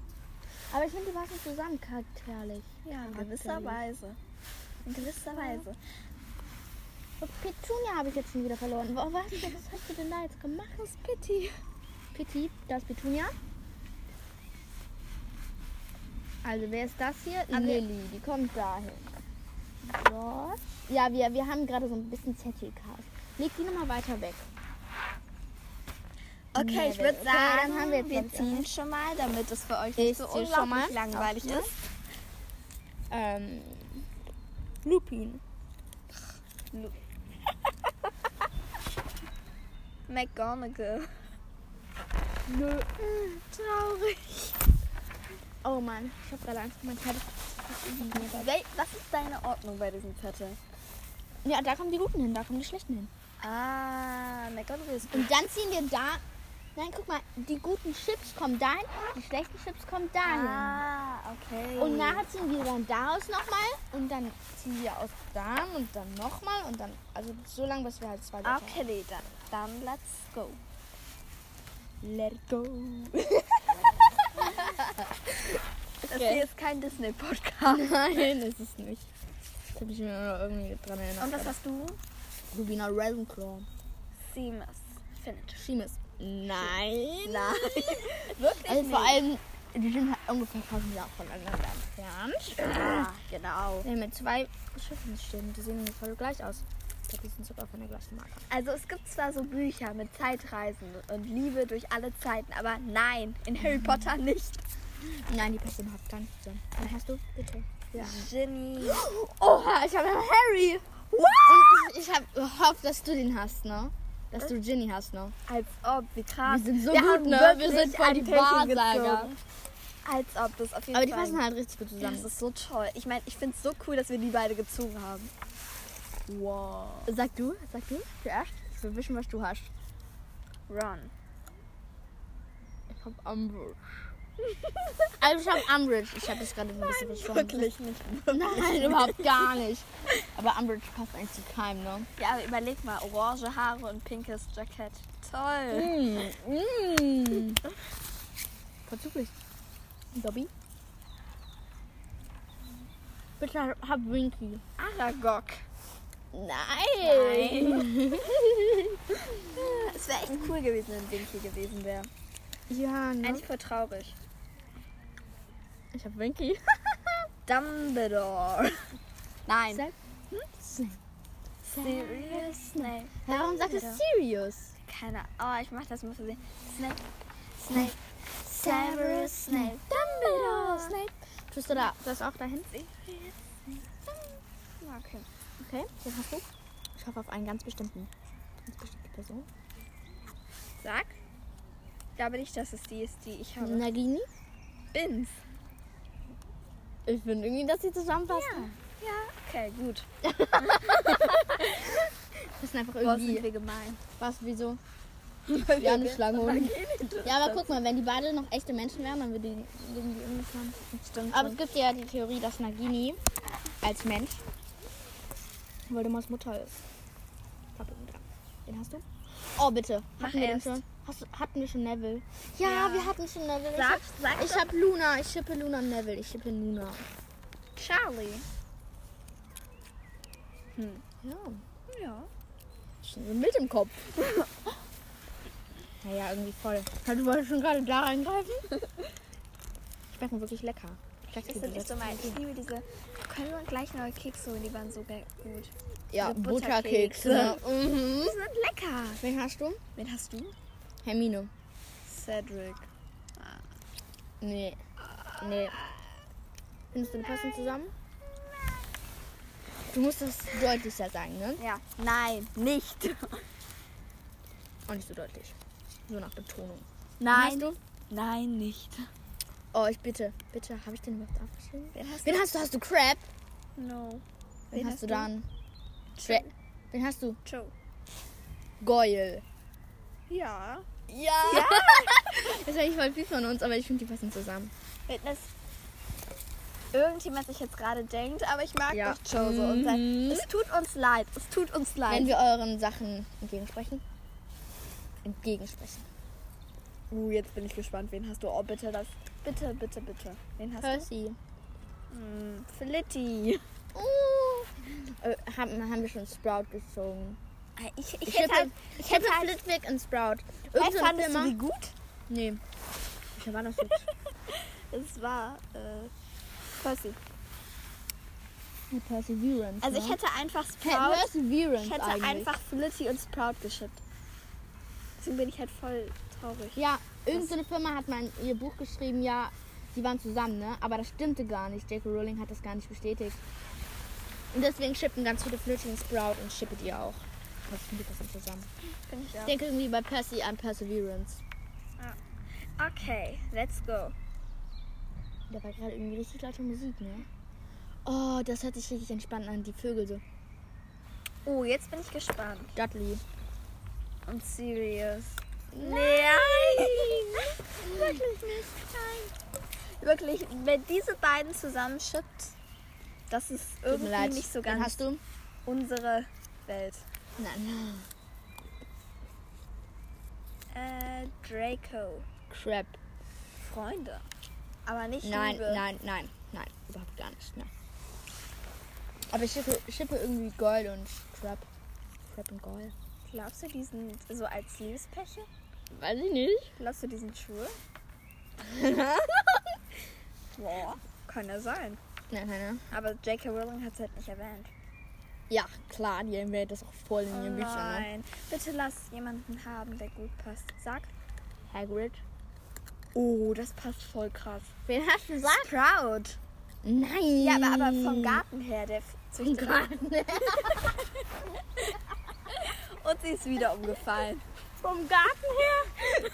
[SPEAKER 1] Aber ich finde, die passen zusammen charakterlich.
[SPEAKER 2] Ja, in
[SPEAKER 1] Charakterlich.
[SPEAKER 2] gewisser Weise. In gewisser Weise.
[SPEAKER 1] Und Petunia habe ich jetzt schon wieder verloren. Wa- Was, was hast du denn da jetzt gemacht?
[SPEAKER 2] Das ist Pity.
[SPEAKER 1] Pitti, da ist Petunia. Also, wer ist das hier?
[SPEAKER 2] Aber-
[SPEAKER 1] Lilly, die kommt dahin. So. Ja, wir, wir haben gerade so ein bisschen Zettelchaos. Leg die nochmal weiter weg.
[SPEAKER 2] Okay,
[SPEAKER 1] Neville.
[SPEAKER 2] ich würde
[SPEAKER 1] Okay,
[SPEAKER 2] sagen,
[SPEAKER 1] dann haben wir
[SPEAKER 2] wir,
[SPEAKER 1] jetzt sonst
[SPEAKER 2] ziehen schon mal, damit es für euch nicht
[SPEAKER 1] Ich
[SPEAKER 2] so
[SPEAKER 1] zieh schon
[SPEAKER 2] unglaublich
[SPEAKER 1] mal.
[SPEAKER 2] langweilig
[SPEAKER 1] Okay.
[SPEAKER 2] ist.
[SPEAKER 1] Ähm, Lupin.
[SPEAKER 2] McGonagall.
[SPEAKER 1] Nö.
[SPEAKER 2] Traurig.
[SPEAKER 1] Oh Mann, ich habe gerade einfach mein Zettel.
[SPEAKER 2] Wel was ist deine Ordnung bei diesem Zettel?
[SPEAKER 1] Ja, da kommen die Guten hin, da kommen die Schlechten hin.
[SPEAKER 2] Ah, McGonagall ist
[SPEAKER 1] Und dann ziehen wir da. Nein, guck mal, die guten Chips kommen dahin, die schlechten Chips kommen dahin.
[SPEAKER 2] Ah, okay.
[SPEAKER 1] Und nachher ziehen wir dann daraus nochmal und dann ziehen wir aus da und dann nochmal und dann, also so lange, bis wir halt zwei Wörter haben.
[SPEAKER 2] Okay, dann, dann let's go.
[SPEAKER 1] Let go.
[SPEAKER 2] Das hier ist kein Disney-Podcast.
[SPEAKER 1] Nein, ist es nicht. Ich habe mich mir nur irgendwie dran erinnert.
[SPEAKER 2] Und was hast du?
[SPEAKER 1] Rubina Ravenclaw.
[SPEAKER 2] Seamus. Finnish.
[SPEAKER 1] Schimes. Nein.
[SPEAKER 2] Nein. Wirklich
[SPEAKER 1] Also vor
[SPEAKER 2] nicht.
[SPEAKER 1] allem, die sind halt ungefähr 1000 Jahre voneinander entfernt.
[SPEAKER 2] Ja, genau.
[SPEAKER 1] Wir haben jetzt zwei Schiffen stehen, die sehen voll gleich aus. Ich glaube, die sind sogar von der gleichen Marke.
[SPEAKER 2] Also es gibt zwar so Bücher mit Zeitreisen und Liebe durch alle Zeiten, aber nein, in Harry Potter nicht.
[SPEAKER 1] Nein, die passen überhaupt gar nicht zusammen. Dann hast du, bitte. Ja.
[SPEAKER 2] Ginny.
[SPEAKER 1] Oha, ich habe Harry. Und ich, ich habe gehofft, dass du den hast, ne? Dass du Ginny hast, ne?
[SPEAKER 2] Als ob, wie krass.
[SPEAKER 1] Wir sind so gut,
[SPEAKER 2] haben
[SPEAKER 1] ne?
[SPEAKER 2] wirklich
[SPEAKER 1] Wir sind voll
[SPEAKER 2] ein
[SPEAKER 1] die
[SPEAKER 2] Pärchen
[SPEAKER 1] Wahrsager.
[SPEAKER 2] gezogen. Als ob, das auf jeden
[SPEAKER 1] Aber die
[SPEAKER 2] Fall.
[SPEAKER 1] passen halt richtig gut
[SPEAKER 2] ja, das
[SPEAKER 1] zusammen.
[SPEAKER 2] ist so toll. Ich meine, ich finde es so cool, dass wir die beide gezogen haben. Wow.
[SPEAKER 1] Sag du, sag du zuerst. Ich will wissen, was du hast.
[SPEAKER 2] Ron.
[SPEAKER 1] Ich habe Umbridge. also ich habe Umbridge. Ich habe das gerade so ein bisschen verschwommen.
[SPEAKER 2] Wirklich Also nicht.
[SPEAKER 1] Nein, überhaupt gar nicht. Aber Umbridge passt eigentlich zu keinem, ne?
[SPEAKER 2] Ja, aber überleg mal, orange Haare und pinkes Jackett. Toll.
[SPEAKER 1] Mm, mm. Vorzüglich. Dobby? Bitte hab Winky.
[SPEAKER 2] Aragog.
[SPEAKER 1] Nein.
[SPEAKER 2] Es wäre echt cool gewesen, wenn Winky gewesen wäre.
[SPEAKER 1] Ja, ne?
[SPEAKER 2] Eigentlich voll traurig.
[SPEAKER 1] Ich hab Winky.
[SPEAKER 2] Dumbledore. Nein. Hm?
[SPEAKER 1] Snape.
[SPEAKER 2] Sirius Snape.
[SPEAKER 1] Warum sagst du
[SPEAKER 2] Dumbledore.
[SPEAKER 1] Sirius?
[SPEAKER 2] Keine Ahnung. Oh, ich mach das mal für sie. Snape. Snape. Severus Snape. Dumbledore.
[SPEAKER 1] Snape. Tust du da das auch dahin?
[SPEAKER 2] Sirius Snape. Ja, Okay.
[SPEAKER 1] Okay, den hast du. Ich hoffe auf einen ganz bestimmten. Ganz bestimmte Person.
[SPEAKER 2] Sag. Ich glaube nicht, dass es die ist, die ich habe.
[SPEAKER 1] Nagini?
[SPEAKER 2] Bins.
[SPEAKER 1] Ich finde irgendwie, dass sie
[SPEAKER 2] Ja.
[SPEAKER 1] zusammenpassen.
[SPEAKER 2] Ja, okay, gut.
[SPEAKER 1] Das sind einfach
[SPEAKER 2] Boah, sind
[SPEAKER 1] irgendwie.
[SPEAKER 2] wir gemein.
[SPEAKER 1] Was, wieso?
[SPEAKER 2] Wir
[SPEAKER 1] haben eine Schlange und- Ja, aber
[SPEAKER 2] guck.
[SPEAKER 1] guck mal, wenn die beide noch echte Menschen wären, dann würde die irgendwie umgefahren.
[SPEAKER 2] Stimmt.
[SPEAKER 1] Aber es gibt ja die Theorie, dass Nagini als Mensch Voldemorts Mutter ist. Pappelmutter. Den hast du? Oh, bitte.
[SPEAKER 2] Mach
[SPEAKER 1] wir den
[SPEAKER 2] erst.
[SPEAKER 1] schon? Hast, du- hatten wir schon Neville? Ja,
[SPEAKER 2] Ja.
[SPEAKER 1] wir hatten schon Neville. Ich
[SPEAKER 2] sag,
[SPEAKER 1] hab-
[SPEAKER 2] sag
[SPEAKER 1] Ich hab Luna. Ich schippe Luna und Neville. Ich schippe Luna.
[SPEAKER 2] doch Charlie.
[SPEAKER 1] Ja,
[SPEAKER 2] Ja.
[SPEAKER 1] schon so mit im Kopf. naja, irgendwie voll. Ja, Du wolltest schon gerade da reingreifen? Ich schmeckt mir wirklich lecker. Ich
[SPEAKER 2] Das sind echt so mein. Ich liebe diese. Können wir gleich neue Kekse holen? Die waren so ge- gut.
[SPEAKER 1] Ja,
[SPEAKER 2] diese
[SPEAKER 1] Butterkekse. Mhm.
[SPEAKER 2] Die sind lecker.
[SPEAKER 1] Wen hast du?
[SPEAKER 2] Wen hast du?
[SPEAKER 1] Hermine.
[SPEAKER 2] Cedric.
[SPEAKER 1] Nee. Nee. Findest du, die passen zusammen? Du musst das deutlicher sagen, ne?
[SPEAKER 2] Ja. Nein, nicht.
[SPEAKER 1] Auch nicht so deutlich. So nach Betonung.
[SPEAKER 2] Nein.
[SPEAKER 1] Wen hast du?
[SPEAKER 2] Nein, nicht.
[SPEAKER 1] Oh, ich bitte. Bitte, habe ich den überhaupt aufgeschrieben?
[SPEAKER 2] Wen hast
[SPEAKER 1] Wen hast du? Hast du Crab?
[SPEAKER 2] No.
[SPEAKER 1] Wen,
[SPEAKER 2] Wen
[SPEAKER 1] hast,
[SPEAKER 2] hast
[SPEAKER 1] du
[SPEAKER 2] du?
[SPEAKER 1] dann? Dra Wen hast du?
[SPEAKER 2] True.
[SPEAKER 1] Goyle.
[SPEAKER 2] Ja.
[SPEAKER 1] Ja. das wäre nicht voll viel von uns, aber ich finde, die passen zusammen.
[SPEAKER 2] Fitness. Irgendjemand sich jetzt gerade denkt, aber ich mag
[SPEAKER 1] Ja.
[SPEAKER 2] nicht Joe so. Und sein.
[SPEAKER 1] Mhm.
[SPEAKER 2] Es tut uns leid. Es tut uns leid.
[SPEAKER 1] Wenn wir euren Sachen entgegensprechen. Entgegensprechen.
[SPEAKER 2] uh, jetzt bin ich gespannt. Wen hast du? Oh, bitte das. Bitte, bitte, bitte. Wen hast
[SPEAKER 1] Percy.
[SPEAKER 2] du? Hm, Flitti.
[SPEAKER 1] Uh. Äh, haben, haben wir schon Sprout gezogen.
[SPEAKER 2] Ich,
[SPEAKER 1] Ich,
[SPEAKER 2] ich
[SPEAKER 1] hätte,
[SPEAKER 2] hätte halt...
[SPEAKER 1] ich hätte
[SPEAKER 2] hätte halt-
[SPEAKER 1] Flitwick und Sprout.
[SPEAKER 2] Weißt,
[SPEAKER 1] Irgend so ein
[SPEAKER 2] fandest du
[SPEAKER 1] Firma.
[SPEAKER 2] die gut?
[SPEAKER 1] Nee. Ich war das jetzt.
[SPEAKER 2] Es war äh, Percy.
[SPEAKER 1] Mit Perseverance.
[SPEAKER 2] Also ich
[SPEAKER 1] ne?
[SPEAKER 2] hätte einfach
[SPEAKER 1] Per
[SPEAKER 2] Sprout,
[SPEAKER 1] Perseverance
[SPEAKER 2] ich hätte
[SPEAKER 1] eigentlich.
[SPEAKER 2] einfach Flitty und Sprout geschippt. Deswegen bin ich halt voll traurig.
[SPEAKER 1] Ja, irgendeine Firma hat mal in ihr Buch geschrieben, ja, sie waren zusammen, ne? Aber das stimmte gar nicht. J.K. Rowling hat das gar nicht bestätigt. Und deswegen shippen ganz viele Flitty und Sprout und shippet ihr auch. Das findet das nicht zusammen.
[SPEAKER 2] Bin ich
[SPEAKER 1] Ich
[SPEAKER 2] auch.
[SPEAKER 1] denke irgendwie bei Percy an Perseverance.
[SPEAKER 2] Okay, let's go.
[SPEAKER 1] Da war gerade irgendwie richtig laute Musik, ne? Oh, das hört sich richtig entspannt an, die Vögel so.
[SPEAKER 2] Oh, jetzt bin ich gespannt.
[SPEAKER 1] Dudley.
[SPEAKER 2] I'm serious. Nein! Wirklich nicht. Nein. Wirklich, wenn diese beiden zusammen schippt, das ist
[SPEAKER 1] Tut mir
[SPEAKER 2] irgendwie
[SPEAKER 1] leid.
[SPEAKER 2] nicht so
[SPEAKER 1] Wen
[SPEAKER 2] ganz
[SPEAKER 1] hast du?
[SPEAKER 2] unsere Welt.
[SPEAKER 1] Nein.
[SPEAKER 2] Äh, Draco.
[SPEAKER 1] Crap.
[SPEAKER 2] Freunde. Aber nicht
[SPEAKER 1] Nein,
[SPEAKER 2] Liebe.
[SPEAKER 1] nein, nein, nein. Überhaupt gar nicht, nein. Aber ich schippe, schippe irgendwie Gold und Crap. Crap und Gold.
[SPEAKER 2] Glaubst du, die sind so als Liebespärchen?
[SPEAKER 1] Weiß ich nicht.
[SPEAKER 2] Glaubst du, die sind schwul? Boah, kann ja sein.
[SPEAKER 1] Nein, nein, nein.
[SPEAKER 2] Aber J.K. Rowling hat es halt nicht erwähnt.
[SPEAKER 1] Ja, klar, die erwähnt das auch voll in ihren Büchern. Ne?
[SPEAKER 2] nein. Bitte lass jemanden haben, der gut passt. Sag.
[SPEAKER 1] Hagrid.
[SPEAKER 2] Oh, das passt voll krass.
[SPEAKER 1] Wen hast du gesagt?
[SPEAKER 2] Sprout.
[SPEAKER 1] Nein.
[SPEAKER 2] Ja, aber, aber vom Garten her, der
[SPEAKER 1] Vom
[SPEAKER 2] züchtet.
[SPEAKER 1] Garten.
[SPEAKER 2] Und sie ist wieder umgefallen.
[SPEAKER 1] Vom Garten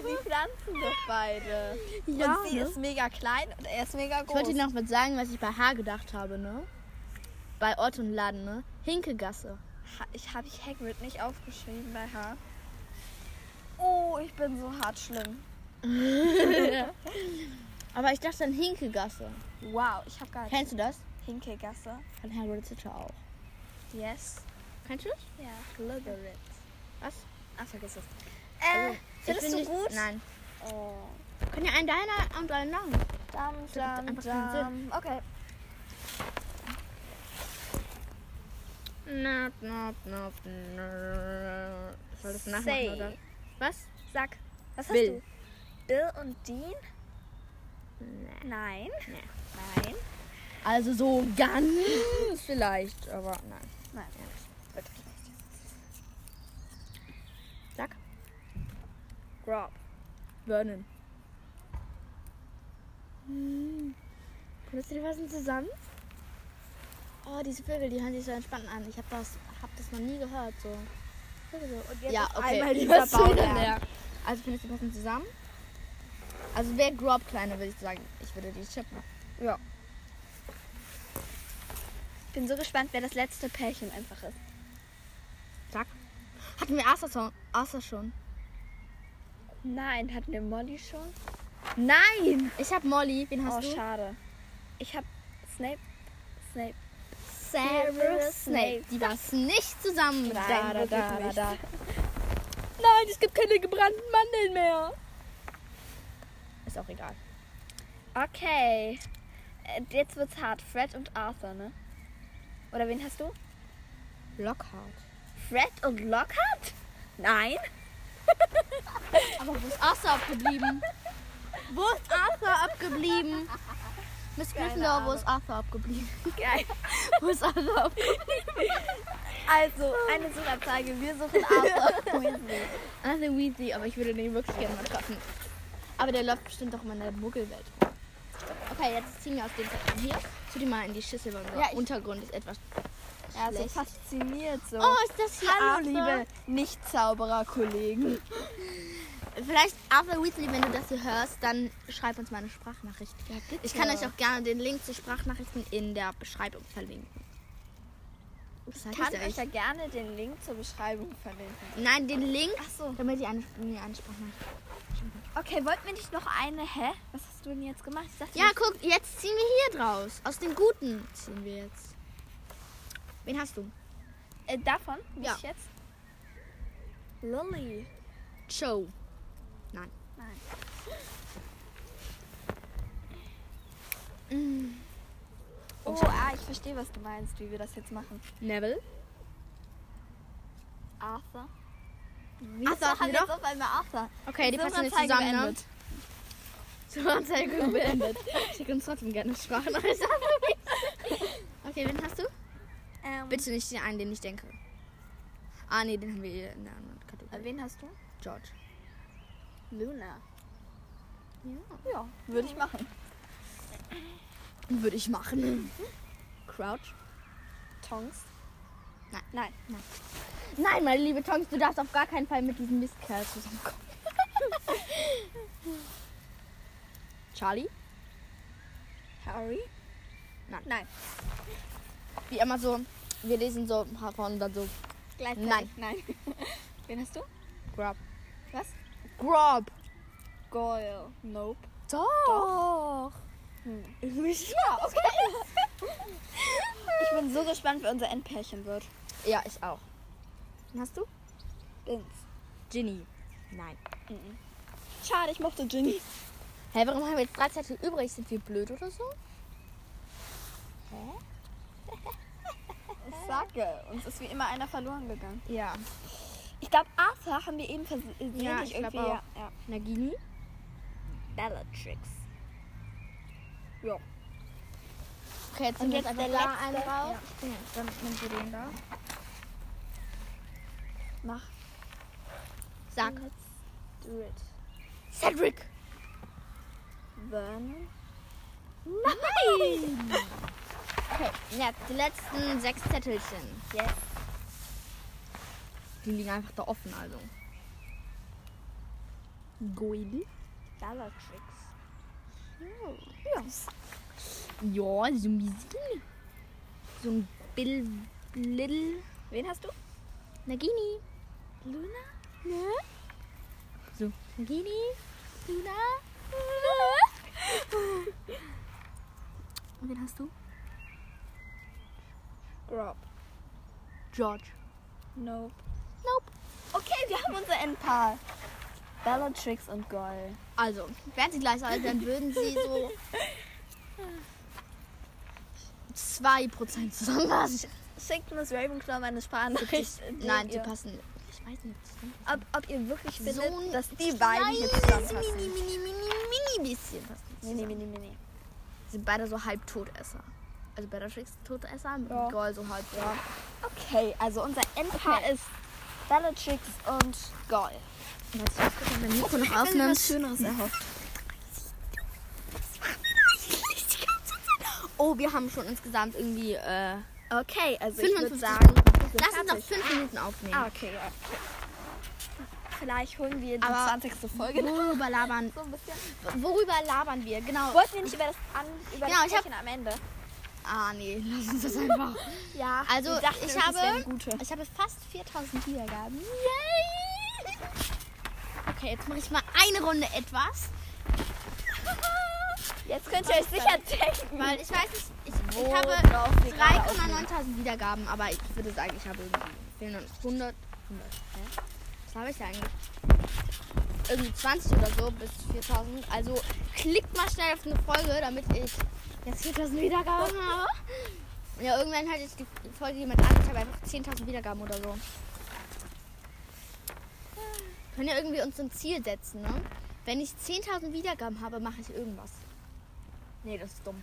[SPEAKER 2] Die pflanzen doch beide.
[SPEAKER 1] Ja,
[SPEAKER 2] und sie
[SPEAKER 1] ne?
[SPEAKER 2] ist mega klein und er ist mega
[SPEAKER 1] Ich
[SPEAKER 2] groß.
[SPEAKER 1] wollte dir noch was sagen, was ich bei H gedacht habe, ne? Bei Ort und Laden, ne? Hinkegasse.
[SPEAKER 2] Ha- Ich habe ich Hagrid nicht aufgeschrieben bei H. Oh, ich bin so hart schlimm.
[SPEAKER 1] Aber ich dachte an Hinkegasse.
[SPEAKER 2] Wow, ich habe gar nicht.
[SPEAKER 1] Kennst du das?
[SPEAKER 2] Hinkegasse.
[SPEAKER 1] Von Hagrid's Hütte auch.
[SPEAKER 2] Yes.
[SPEAKER 1] Kennst du das?
[SPEAKER 2] Ja. Slytherin.
[SPEAKER 1] Was?
[SPEAKER 2] Ah, vergiss es. Äh, findest
[SPEAKER 1] Also, bin
[SPEAKER 2] du
[SPEAKER 1] nicht-
[SPEAKER 2] gut?
[SPEAKER 1] Nein.
[SPEAKER 2] Oh.
[SPEAKER 1] Können ja einen deiner und einen Namen.
[SPEAKER 2] Dam,
[SPEAKER 1] ergibt
[SPEAKER 2] dam,
[SPEAKER 1] einfach keinen
[SPEAKER 2] dam. Okay.
[SPEAKER 1] Not, not, not, not. Soll das nachmachen,
[SPEAKER 2] Say.
[SPEAKER 1] oder? Was?
[SPEAKER 2] Sag, was
[SPEAKER 1] Bill.
[SPEAKER 2] hast du? Bill und Dean?
[SPEAKER 1] Nee.
[SPEAKER 2] Nein.
[SPEAKER 1] Nee.
[SPEAKER 2] Nein.
[SPEAKER 1] Also so ganz vielleicht, aber nein.
[SPEAKER 2] Nein. Wird schlecht.
[SPEAKER 1] Sag.
[SPEAKER 2] Rob.
[SPEAKER 1] Vernon. Hm. Findest du die passen zusammen? Oh, diese Vögel, die hören sich so entspannt an. Ich habe das, hab das noch nie gehört. So. Vögel so. Und jetzt
[SPEAKER 2] Ja,
[SPEAKER 1] auf
[SPEAKER 2] okay.
[SPEAKER 1] Einmal
[SPEAKER 2] Ich
[SPEAKER 1] dieser Baum
[SPEAKER 2] verstehe den
[SPEAKER 1] leer. Also findest du die passen zusammen? Also wer Grob kleiner, würde ich sagen. Ich würde die chippen.
[SPEAKER 2] Ja. Ich bin so gespannt, wer das letzte Pärchen einfach ist.
[SPEAKER 1] Zack. Hatten wir Arthur, schon- Arthur schon?
[SPEAKER 2] Nein, hatten wir Molly schon?
[SPEAKER 1] Nein! Ich hab Molly. Wen hast
[SPEAKER 2] oh,
[SPEAKER 1] du?
[SPEAKER 2] schade. Ich hab Snape. Snape. Severus
[SPEAKER 1] Severus Snape.
[SPEAKER 2] Snape.
[SPEAKER 1] Die passen nicht zusammen. mit
[SPEAKER 2] Nein,
[SPEAKER 1] Dada,
[SPEAKER 2] wirklich
[SPEAKER 1] Dada,
[SPEAKER 2] nicht.
[SPEAKER 1] Dada. Nein, es gibt keine gebrannten Mandeln mehr. Ist auch egal.
[SPEAKER 2] Okay. Äh, Jetzt wird's hart. Fred und Arthur, ne? Oder wen hast du?
[SPEAKER 1] Lockhart.
[SPEAKER 2] Fred und Lockhart? Nein.
[SPEAKER 1] Aber wo ist Arthur abgeblieben? wo ist Arthur abgeblieben? Miss Gryffindor, wo ist Arthur abgeblieben?
[SPEAKER 2] Geil.
[SPEAKER 1] Wo ist Arthur abgeblieben?
[SPEAKER 2] Also, eine Suchanzeige. Wir suchen Arthur. Weasley.
[SPEAKER 1] Arthur Weasley, aber ich würde den wirklich gerne mal treffen. Aber der läuft bestimmt auch immer in der Muggelwelt rum. Okay, jetzt ziehen wir aus dem Zettel hier. Tu die mal in die Schüssel, weil unser
[SPEAKER 2] Ja, ich-
[SPEAKER 1] Untergrund ist etwas
[SPEAKER 2] Ja, so
[SPEAKER 1] schlecht.
[SPEAKER 2] fasziniert so.
[SPEAKER 1] Oh, ist das hier
[SPEAKER 2] Hallo,
[SPEAKER 1] Arthur?
[SPEAKER 2] liebe Nicht-Zauberer-Kollegen.
[SPEAKER 1] Vielleicht Arthur Weasley, wenn du das hier hörst, dann schreib uns mal eine Sprachnachricht.
[SPEAKER 2] Ja, bitte.
[SPEAKER 1] Ich kann euch auch gerne den Link zu Sprachnachrichten in der Beschreibung verlinken. Das
[SPEAKER 2] Ich
[SPEAKER 1] sag
[SPEAKER 2] kann
[SPEAKER 1] ich
[SPEAKER 2] euch
[SPEAKER 1] euch.
[SPEAKER 2] ja gerne den Link zur Beschreibung verlinken.
[SPEAKER 1] Nein, den Link,
[SPEAKER 2] Achso.
[SPEAKER 1] damit die Ans- die Ansprache macht.
[SPEAKER 2] Okay, wollten wir nicht noch eine? Hä? Was hast du denn jetzt gemacht? Ich dachte,
[SPEAKER 1] Ja,
[SPEAKER 2] ich-
[SPEAKER 1] guck, jetzt ziehen wir hier draus. Aus den guten ziehen wir jetzt. Wen hast du?
[SPEAKER 2] äh, davon? muss
[SPEAKER 1] Ja.
[SPEAKER 2] Ich jetzt? Lilly.
[SPEAKER 1] Joe.
[SPEAKER 2] Nein. Oh, ah, ich verstehe, was du meinst, wie wir das jetzt machen.
[SPEAKER 1] Neville.
[SPEAKER 2] Arthur.
[SPEAKER 1] Arthur hatten wir
[SPEAKER 2] jetzt
[SPEAKER 1] doch.
[SPEAKER 2] auf einmal Arthur.
[SPEAKER 1] Okay, die
[SPEAKER 2] So
[SPEAKER 1] passen jetzt
[SPEAKER 2] Anzeige
[SPEAKER 1] zusammen, ne?
[SPEAKER 2] beendet.
[SPEAKER 1] So Anzeige beendet. Schick uns trotzdem gerne Sprachnachrichten. okay, wen hast du?
[SPEAKER 2] Ähm,
[SPEAKER 1] Bitte nicht den einen, den ich denke. Ah, nee, den haben wir in der anderen Kategorie.
[SPEAKER 2] äh, Wen hast du?
[SPEAKER 1] George.
[SPEAKER 2] Luna.
[SPEAKER 1] Ja.
[SPEAKER 2] Ja, würde ich machen.
[SPEAKER 1] Würde ich machen. Crouch.
[SPEAKER 2] Tongs.
[SPEAKER 1] Nein.
[SPEAKER 2] Nein.
[SPEAKER 1] Nein, meine liebe Tongs, du darfst auf gar keinen Fall mit diesem Mistkerl zusammenkommen. Charlie?
[SPEAKER 2] Harry?
[SPEAKER 1] Nein.
[SPEAKER 2] Nein.
[SPEAKER 1] Wie immer so, wir lesen so ein paar von dann so
[SPEAKER 2] Gleichzeitig.
[SPEAKER 1] Nein.
[SPEAKER 2] Nein. Wen hast du?
[SPEAKER 1] Grub.
[SPEAKER 2] Was?
[SPEAKER 1] Grub!
[SPEAKER 2] Goyle. Nope.
[SPEAKER 1] Doch!
[SPEAKER 2] Hm.
[SPEAKER 1] Ja,
[SPEAKER 2] Ich bin so gespannt, wer unser Endpärchen wird.
[SPEAKER 1] ja, ich auch. Wen Hast du?
[SPEAKER 2] Bins.
[SPEAKER 1] Ginny. Nein.
[SPEAKER 2] Mhm. Schade, ich mochte Ginny.
[SPEAKER 1] Hä, warum haben wir jetzt drei Zettel übrig? Sind wir blöd oder so?
[SPEAKER 2] Ich sage, uns ist wie immer einer verloren gegangen.
[SPEAKER 1] Ja.
[SPEAKER 2] Ich glaube, Arthur haben wir eben versehentlich
[SPEAKER 1] Ja, ich glaub
[SPEAKER 2] irgendwie.
[SPEAKER 1] auch.
[SPEAKER 2] Ja.
[SPEAKER 1] Nagini?
[SPEAKER 2] Bellatrix.
[SPEAKER 1] Okay, jetzt
[SPEAKER 2] Und
[SPEAKER 1] nehmen wir
[SPEAKER 2] jetzt der letzte.
[SPEAKER 1] drauf. Ja, dann nehmen wir den da.
[SPEAKER 2] Mach.
[SPEAKER 1] Sag.
[SPEAKER 2] Let's do it.
[SPEAKER 1] Cedric!
[SPEAKER 2] Vernon.
[SPEAKER 1] Nein! okay, jetzt die letzten sechs Zettelchen.
[SPEAKER 2] Yes.
[SPEAKER 1] Die liegen einfach da offen, also. Goili?
[SPEAKER 2] Bellatrix. Oh.
[SPEAKER 1] Ja. Ja, so ein bisschen. So ein Bill. Little.
[SPEAKER 2] Wen hast du?
[SPEAKER 1] Nagini.
[SPEAKER 2] Luna?
[SPEAKER 1] Ne? So. Nagini. Luna. ne? Und wen hast du?
[SPEAKER 2] Grob.
[SPEAKER 1] George.
[SPEAKER 2] Nope.
[SPEAKER 1] Nope.
[SPEAKER 2] Okay, wir haben unser Endpaar. Bellatrix und Goyle.
[SPEAKER 1] Also, wären sie gleich alt, dann würden sie so 2% zusammen passen.
[SPEAKER 2] Schickt uns Ravenclaw meine Sprachnachricht. Äh, in der
[SPEAKER 1] Nein, sie
[SPEAKER 2] ihr-
[SPEAKER 1] passen. Ich weiß nicht. zusammen.
[SPEAKER 2] Ob, ob ihr wirklich findet,
[SPEAKER 1] ein
[SPEAKER 2] dass die beiden hier
[SPEAKER 1] kleines Mini,
[SPEAKER 2] zusammenpassen.
[SPEAKER 1] mini, mini, mini bisschen passen. sie
[SPEAKER 2] Mini,
[SPEAKER 1] zusammen.
[SPEAKER 2] mini, mini.
[SPEAKER 1] Sind beide so halb Todesser. Also Bellatrix Todesser und
[SPEAKER 2] Ja.
[SPEAKER 1] Goll so halb.
[SPEAKER 2] Ja. Okay, also unser Endpaar ist Bellatrix und Goyle.
[SPEAKER 1] Und als ich aufgehört habe, wenn Nico noch
[SPEAKER 2] Ich bin was
[SPEAKER 1] aufnimmt.
[SPEAKER 2] Schöneres erhofft.
[SPEAKER 1] Oh, wir haben schon insgesamt irgendwie äh,
[SPEAKER 2] Okay, also ich würde
[SPEAKER 1] 55
[SPEAKER 2] sagen,
[SPEAKER 1] Minuten.
[SPEAKER 2] wir
[SPEAKER 1] Lass uns
[SPEAKER 2] sind
[SPEAKER 1] noch
[SPEAKER 2] fertig.
[SPEAKER 1] 5 Minuten aufnehmen.
[SPEAKER 2] Ah, okay, ja. Vielleicht holen wir die
[SPEAKER 1] Aber-
[SPEAKER 2] 20. Folge noch
[SPEAKER 1] Worüber labern,
[SPEAKER 2] so ein bisschen.
[SPEAKER 1] worüber labern wir? Genau.
[SPEAKER 2] Wollten wir nicht über das an über
[SPEAKER 1] Genau,
[SPEAKER 2] das
[SPEAKER 1] ich hab-
[SPEAKER 2] Pärchen am Ende?
[SPEAKER 1] Ah, nee, lass uns das einfach.
[SPEAKER 2] Ja.
[SPEAKER 1] Also,
[SPEAKER 2] wir dachten,
[SPEAKER 1] ich
[SPEAKER 2] es
[SPEAKER 1] habe-
[SPEAKER 2] wären gute.
[SPEAKER 1] Ich habe fast 4000 Wiedergaben. Yay! Okay, jetzt mache ich mal eine Runde etwas.
[SPEAKER 2] Jetzt könnt ihr euch sicher denken.
[SPEAKER 1] Weil ich weiß nicht, ich, ich
[SPEAKER 2] Worauf
[SPEAKER 1] habe
[SPEAKER 2] wir gerade
[SPEAKER 1] 3,9000 Wiedergaben, aber ich würde sagen, ich habe irgendwie fehlen noch 100. 100 hä? Was habe ich da eigentlich? Irgendwie 20 oder so bis 4000. Also klickt mal schnell auf eine Folge, damit ich jetzt 4000 Wiedergaben habe. Ja, irgendwann hatte ich die Folge hier mit an. Ich habe einfach 10.000 Wiedergaben oder so. Können ja irgendwie uns ein Ziel setzen, ne? Wenn ich 10.000 Wiedergaben habe, mache ich irgendwas. Nee, das ist dumm.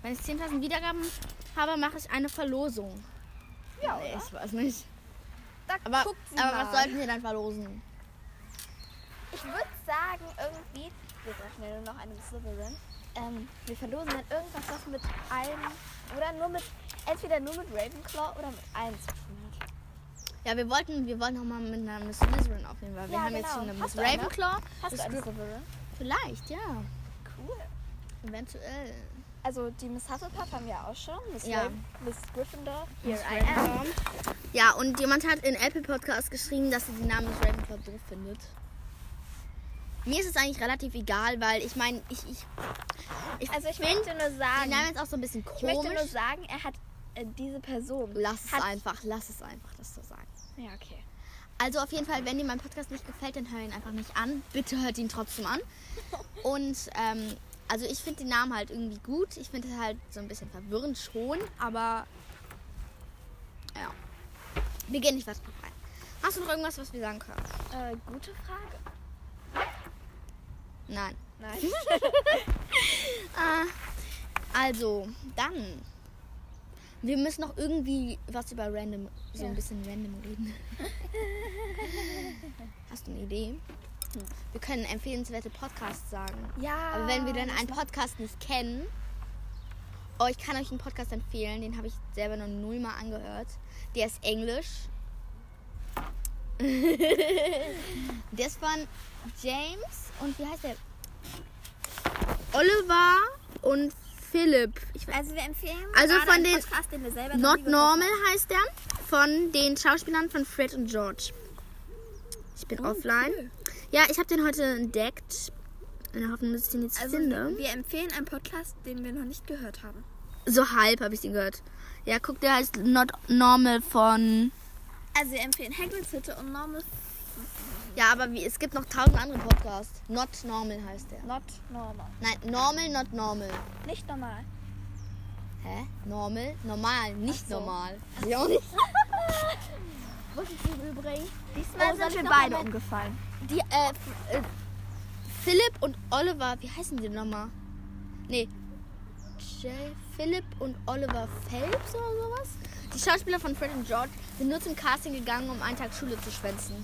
[SPEAKER 1] Wenn ich 10.000 Wiedergaben habe, mache ich eine Verlosung.
[SPEAKER 2] Ja,
[SPEAKER 1] nee,
[SPEAKER 2] oder?
[SPEAKER 1] ich weiß nicht.
[SPEAKER 2] Da
[SPEAKER 1] Aber, aber
[SPEAKER 2] guckt sie mal.
[SPEAKER 1] was sollten wir dann verlosen?
[SPEAKER 2] Ich würde sagen, irgendwie. Wir brauchen ja nur noch eine Slytherin. Ähm, wir verlosen dann irgendwas, was mit allen. Oder nur mit. Entweder nur mit Ravenclaw oder mit allen zu tun hat.
[SPEAKER 1] Ja, wir wollten, wir wollten noch mal mit einer Miss Slytherin aufnehmen, weil wir
[SPEAKER 2] Ja,
[SPEAKER 1] haben jetzt
[SPEAKER 2] genau.
[SPEAKER 1] schon eine
[SPEAKER 2] Hast
[SPEAKER 1] Miss
[SPEAKER 2] du eine?
[SPEAKER 1] Ravenclaw.
[SPEAKER 2] Hast
[SPEAKER 1] Das
[SPEAKER 2] du eine
[SPEAKER 1] Gru-
[SPEAKER 2] Slytherin?
[SPEAKER 1] Vielleicht, ja.
[SPEAKER 2] Cool.
[SPEAKER 1] Eventuell.
[SPEAKER 2] also die Miss Hufflepuff haben wir auch schon. Miss,
[SPEAKER 1] Ja.
[SPEAKER 2] Raven- Miss Gryffindor, here
[SPEAKER 1] Miss
[SPEAKER 2] I am.
[SPEAKER 1] Ja, und jemand hat in Apple Podcast geschrieben, dass sie den Namen des Ravenclaw doof findet. Mir ist es eigentlich relativ egal, weil ich meine, ich, ich,
[SPEAKER 2] Also ich
[SPEAKER 1] find
[SPEAKER 2] möchte nur
[SPEAKER 1] den Namen
[SPEAKER 2] sagen,
[SPEAKER 1] jetzt auch so ein bisschen
[SPEAKER 2] ich möchte nur
[SPEAKER 1] komisch.
[SPEAKER 2] sagen, er hat äh, diese Person.
[SPEAKER 1] Lass es
[SPEAKER 2] hat-
[SPEAKER 1] einfach, lass es einfach, das zu sagen.
[SPEAKER 2] Ja, okay.
[SPEAKER 1] Also auf jeden Fall, wenn dir mein Podcast nicht gefällt, dann hör ihn einfach nicht an. Bitte hört ihn trotzdem an. Und ähm, also ich finde den Namen halt irgendwie gut. Ich finde es halt so ein bisschen verwirrend schon, aber ja. Wir gehen nicht was drauf rein. Hast du noch irgendwas, was wir sagen können?
[SPEAKER 2] Äh, gute Frage.
[SPEAKER 1] Nein.
[SPEAKER 2] Nein.
[SPEAKER 1] Hm? Ah, also, dann. Wir müssen noch irgendwie was über random, so ein
[SPEAKER 2] Ja.
[SPEAKER 1] bisschen random reden. Hast du eine Idee? Wir können empfehlenswerte Podcasts sagen.
[SPEAKER 2] ja.
[SPEAKER 1] Aber wenn wir dann einen Podcast nicht kennen. Oh, ich kann euch einen Podcast empfehlen, den habe ich selber noch null mal angehört. Der ist Englisch. der ist von James und wie heißt der? Oliver und Philipp. Ich weiß,
[SPEAKER 2] Also wir empfehlen
[SPEAKER 1] Also
[SPEAKER 2] gerade
[SPEAKER 1] von
[SPEAKER 2] einen
[SPEAKER 1] den-
[SPEAKER 2] Podcast, den wir selber noch nie
[SPEAKER 1] Not
[SPEAKER 2] gehört haben.
[SPEAKER 1] Normal heißt der. Von den Schauspielern von Fred und George. Ich bin offline. Ja, ich habe den heute entdeckt. In der Hoffnung, dass ich den jetzt
[SPEAKER 2] Also
[SPEAKER 1] finde.
[SPEAKER 2] wir empfehlen einen Podcast, den wir noch nicht gehört haben.
[SPEAKER 1] So halb habe ich den gehört. Ja, guck, der heißt Not Normal von.
[SPEAKER 2] Also wir empfehlen Hagrid's Hütte und Normal
[SPEAKER 1] Ja, aber wie, es gibt noch tausend andere Podcasts. Not Normal heißt der.
[SPEAKER 2] Not Normal.
[SPEAKER 1] Nein, Normal, Not Normal.
[SPEAKER 2] Nicht normal.
[SPEAKER 1] Hä? Normal? Normal, nicht
[SPEAKER 2] Ach so.
[SPEAKER 1] normal. Weiß Ich auch nicht.
[SPEAKER 2] Wusstest du übrigens?
[SPEAKER 1] Oh,
[SPEAKER 2] Diesmal
[SPEAKER 1] soll
[SPEAKER 2] sind
[SPEAKER 1] ich
[SPEAKER 2] wir
[SPEAKER 1] noch
[SPEAKER 2] beide
[SPEAKER 1] einmal-
[SPEAKER 2] umgefallen.
[SPEAKER 1] Die, äh, F- äh, Philipp und Oliver, wie heißen die nochmal? Nee. J Philipp und Oliver Phelps oder sowas? Die Schauspieler von Fred und George sind nur zum Casting gegangen, um einen Tag Schule zu schwänzen.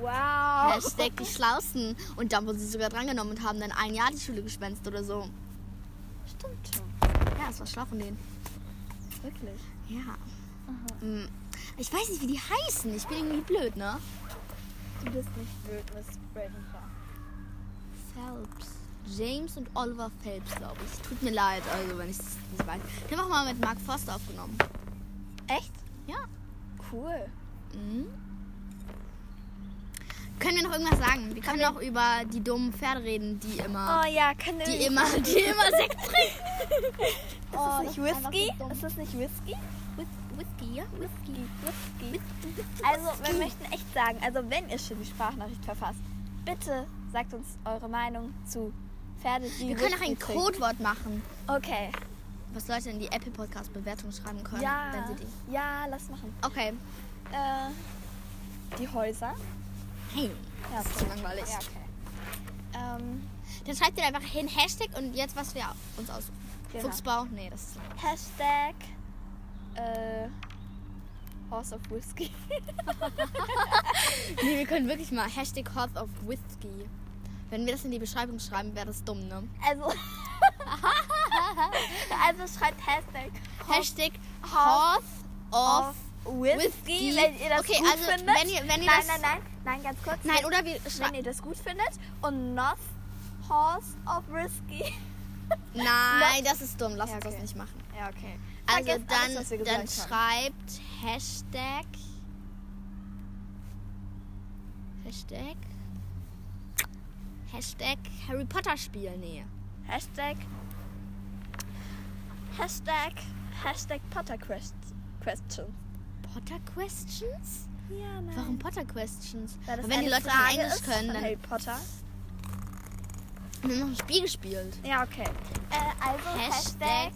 [SPEAKER 2] Wow.
[SPEAKER 1] Hashtag die Schlausten. Und dann wurden sie sogar drangenommen und haben dann ein Jahr die Schule geschwänzt oder so.
[SPEAKER 2] Stimmt schon.
[SPEAKER 1] Ja, es war schlau von denen.
[SPEAKER 2] Wirklich.
[SPEAKER 1] Ja. Mm. Ich weiß nicht, wie die heißen. Ich bin irgendwie blöd, ne?
[SPEAKER 2] Du bist nicht blöd, Miss Ravenclaw.
[SPEAKER 1] Phelps. James und Oliver Phelps, glaube ich. Tut mir leid, also wenn ich es nicht weiß. Wir haben auch mal mit Mark Foster aufgenommen.
[SPEAKER 2] Echt?
[SPEAKER 1] Ja.
[SPEAKER 2] Cool.
[SPEAKER 1] Mhm. Können wir noch irgendwas sagen? Wir können noch über die dummen Pferde reden, die immer,
[SPEAKER 2] Oh ja, kann der
[SPEAKER 1] die immer, die immer Sekt trinken.
[SPEAKER 2] Oh,
[SPEAKER 1] Ist das
[SPEAKER 2] ich
[SPEAKER 1] nicht einfach
[SPEAKER 2] Whisky?
[SPEAKER 1] so dumm?
[SPEAKER 2] Ist das nicht Whisky?
[SPEAKER 1] Whisky, ja? Whisky.
[SPEAKER 2] Whisky. Also, wir möchten echt sagen, also wenn ihr schon die Sprachnachricht verfasst, bitte sagt uns eure Meinung zu Pferde, die
[SPEAKER 1] Wir können auch
[SPEAKER 2] Whisky
[SPEAKER 1] ein
[SPEAKER 2] trinken.
[SPEAKER 1] Codewort machen.
[SPEAKER 2] Okay.
[SPEAKER 1] was Leute in die Apple Podcast Bewertung schreiben können,
[SPEAKER 2] Ja.
[SPEAKER 1] wenn sie die.
[SPEAKER 2] Ja, lass machen.
[SPEAKER 1] Okay.
[SPEAKER 2] Äh, die Häuser.
[SPEAKER 1] Hey,
[SPEAKER 2] Ja,
[SPEAKER 1] das ist so langweilig.
[SPEAKER 2] Ja, okay. Ähm,
[SPEAKER 1] Dann schreibt ihr einfach hin Hashtag und jetzt was wir uns aussuchen.
[SPEAKER 2] Genau.
[SPEAKER 1] Fuchsbau? Nee, das ist langweilig.
[SPEAKER 2] Hashtag äh, Horse of Whiskey.
[SPEAKER 1] Nee, wir können wirklich mal Hashtag Horse of Whiskey. Wenn wir das in die Beschreibung schreiben, wäre das dumm, ne?
[SPEAKER 2] Also, also schreibt Hashtag
[SPEAKER 1] Hashtag
[SPEAKER 2] Horse
[SPEAKER 1] Horse of...
[SPEAKER 2] Whiskey,
[SPEAKER 1] Whiskey.
[SPEAKER 2] wenn ihr das
[SPEAKER 1] Okay,
[SPEAKER 2] gut
[SPEAKER 1] also,
[SPEAKER 2] findet.
[SPEAKER 1] wenn ihr- wenn ihr
[SPEAKER 2] nein,
[SPEAKER 1] das-
[SPEAKER 2] nein, nein, nein, ganz kurz.
[SPEAKER 1] Nein, oder wir
[SPEAKER 2] Wenn
[SPEAKER 1] schreiben...
[SPEAKER 2] ihr das gut findet und North Horse of Whiskey.
[SPEAKER 1] Nein, das ist dumm. Lass
[SPEAKER 2] Ja,
[SPEAKER 1] uns das
[SPEAKER 2] okay.
[SPEAKER 1] nicht machen.
[SPEAKER 2] Ja, okay.
[SPEAKER 1] Also
[SPEAKER 2] Vergesst
[SPEAKER 1] dann,
[SPEAKER 2] alles, was wir
[SPEAKER 1] dann
[SPEAKER 2] gesagt haben.
[SPEAKER 1] schreibt Hashtag. Hashtag. Hashtag Harry Potter Spiel. Nee.
[SPEAKER 2] Hashtag. Hashtag. Hashtag Potter Quest, Questions.
[SPEAKER 1] Potter Questions?
[SPEAKER 2] Ja, nein.
[SPEAKER 1] Warum Potter Questions?
[SPEAKER 2] Weil das
[SPEAKER 1] Aber wenn die
[SPEAKER 2] eine
[SPEAKER 1] Leute
[SPEAKER 2] Frage
[SPEAKER 1] schon Englisch
[SPEAKER 2] ist halt-
[SPEAKER 1] können,
[SPEAKER 2] von
[SPEAKER 1] dann
[SPEAKER 2] Harry Potter.
[SPEAKER 1] haben wir noch ein Spiel gespielt.
[SPEAKER 2] Ja, okay. Äh, also
[SPEAKER 1] Hashtag.
[SPEAKER 2] Hashtag.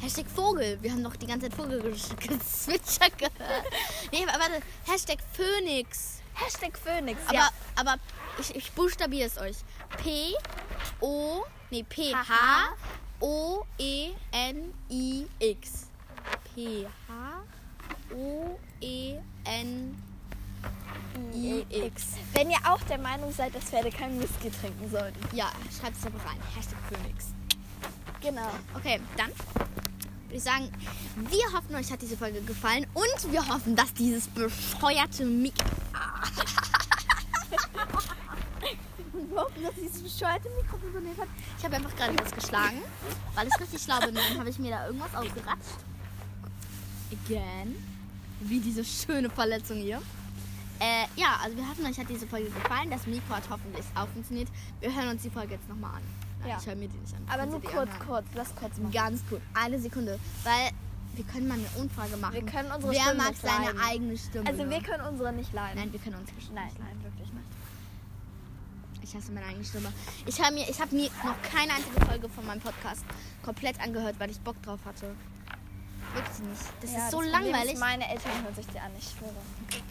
[SPEAKER 1] Hashtag Vogel. Wir haben doch die ganze Zeit Vogelgezwitscher gehört. Nee, aber warte. Hashtag Phönix.
[SPEAKER 2] Hashtag Phoenix.
[SPEAKER 1] Aber,
[SPEAKER 2] ja.
[SPEAKER 1] aber ich, ich buchstabiere es euch. P O nee P
[SPEAKER 2] Aha.
[SPEAKER 1] H O E N I X. P H O E N I X.
[SPEAKER 2] Wenn ihr auch der Meinung seid, dass Pferde keinen Whisky trinken sollten.
[SPEAKER 1] Ja, schreibt es einfach rein. Hashtag Phoenix.
[SPEAKER 2] Genau.
[SPEAKER 1] Okay, dann würde ich sagen, wir hoffen, euch hat diese Folge gefallen und wir hoffen, dass dieses bescheuerte Mikro.
[SPEAKER 2] Punkten, dass dieses bescheuerte Mikrofon so neben hat.
[SPEAKER 1] Ich habe einfach gerade was geschlagen, weil ich richtig schlau bin. Und dann habe ich mir da irgendwas ausgeratscht. Again. Wie diese schöne Verletzung hier. Äh, ja, also wir hoffen, euch hat diese Folge gefallen. Das Mikro hat hoffentlich auch funktioniert. Wir hören uns die Folge jetzt nochmal an. Nein,
[SPEAKER 2] Ja.
[SPEAKER 1] Ich höre mir die nicht an.
[SPEAKER 2] Aber
[SPEAKER 1] Ich
[SPEAKER 2] nur
[SPEAKER 1] will sie
[SPEAKER 2] kurz,
[SPEAKER 1] anhören.
[SPEAKER 2] kurz. Lass kurz machen.
[SPEAKER 1] Ganz kurz. Eine Sekunde. Weil wir können mal eine Umfrage machen.
[SPEAKER 2] Wir können unsere
[SPEAKER 1] Wer
[SPEAKER 2] Stimme
[SPEAKER 1] mag
[SPEAKER 2] nicht
[SPEAKER 1] seine
[SPEAKER 2] leiden.
[SPEAKER 1] eigene Stimme?
[SPEAKER 2] Also wir
[SPEAKER 1] ne?
[SPEAKER 2] können unsere nicht leiden.
[SPEAKER 1] Nein, wir können uns bestimmt
[SPEAKER 2] nein,
[SPEAKER 1] nicht leiden.
[SPEAKER 2] nein, wirklich nicht.
[SPEAKER 1] Ich hasse meine eigene Stimme. Ich habe mir, ich habe mir noch keine einzige Folge von meinem Podcast komplett angehört, weil ich Bock drauf hatte. Wirklich nicht. Das
[SPEAKER 2] Ja,
[SPEAKER 1] ist so
[SPEAKER 2] das Problem
[SPEAKER 1] langweilig.
[SPEAKER 2] Ist, meine Eltern hören sich die an, ich schwöre.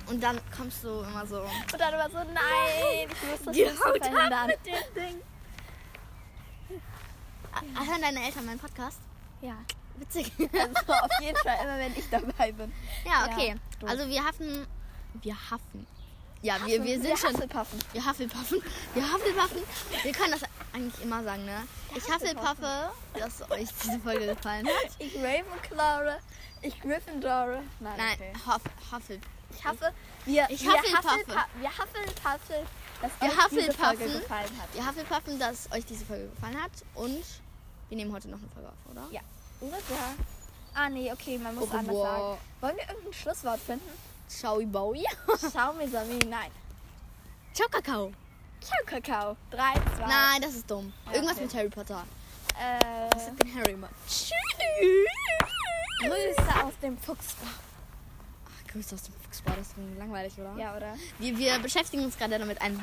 [SPEAKER 1] und dann kommst du immer so.
[SPEAKER 2] Und dann war so, nein, ich muss das
[SPEAKER 1] Die
[SPEAKER 2] nicht
[SPEAKER 1] haut ab
[SPEAKER 2] verhindern.
[SPEAKER 1] mit dem Ding. Ah, Hören deine Eltern meinen Podcast?
[SPEAKER 2] Ja,
[SPEAKER 1] Witzig.
[SPEAKER 2] also auf jeden Fall immer, wenn ich dabei bin.
[SPEAKER 1] ja,
[SPEAKER 2] Ja,
[SPEAKER 1] okay.
[SPEAKER 2] doof.
[SPEAKER 1] also wir haffen. Wir haffen. Ja, wir, wir sind schon.
[SPEAKER 2] Hufflepuffen.
[SPEAKER 1] Wir Hufflepuffen. Wir Hufflepuffen. Wir können das eigentlich immer sagen, ne? Ich Hufflepuffe, dass euch diese Folge gefallen hat.
[SPEAKER 2] Ich Ravenclaw, ich Gryffindor. Nein,
[SPEAKER 1] Nein,
[SPEAKER 2] okay.
[SPEAKER 1] Huff, Hufflepuff.
[SPEAKER 2] Ich hoffe, wir,
[SPEAKER 1] Ich
[SPEAKER 2] wir
[SPEAKER 1] Hufflepuffe.
[SPEAKER 2] Hufflepu- Wir Hufflepuffen, dass
[SPEAKER 1] Wir
[SPEAKER 2] euch diese Folge
[SPEAKER 1] Hufflepuffen.
[SPEAKER 2] gefallen hat.
[SPEAKER 1] Wir Hufflepuffen, dass euch diese Folge gefallen hat. Und wir nehmen heute noch eine Folge auf, oder?
[SPEAKER 2] Ja. Ungefähr. Ah, nee, okay, man muss
[SPEAKER 1] Au
[SPEAKER 2] anders
[SPEAKER 1] revoir.
[SPEAKER 2] sagen. Wollen wir irgendein Schlusswort finden?
[SPEAKER 1] Ciao, Bowie.
[SPEAKER 2] Schau mir Sami, nein.
[SPEAKER 1] Ciao, Kakao.
[SPEAKER 2] Ciao, Kakao. 3, 2,
[SPEAKER 1] Nein, das ist dumm.
[SPEAKER 2] Ja,
[SPEAKER 1] Irgendwas
[SPEAKER 2] okay.
[SPEAKER 1] mit Harry Potter.
[SPEAKER 2] äh,
[SPEAKER 1] Ich sag den Harry mal. Tschüss.
[SPEAKER 2] Grüße aus dem Fuchsbach.
[SPEAKER 1] Ach, Grüße aus dem Fuchsbau. Das ist langweilig, oder?
[SPEAKER 2] Ja, oder?
[SPEAKER 1] Wir, wir beschäftigen uns gerade damit, eine,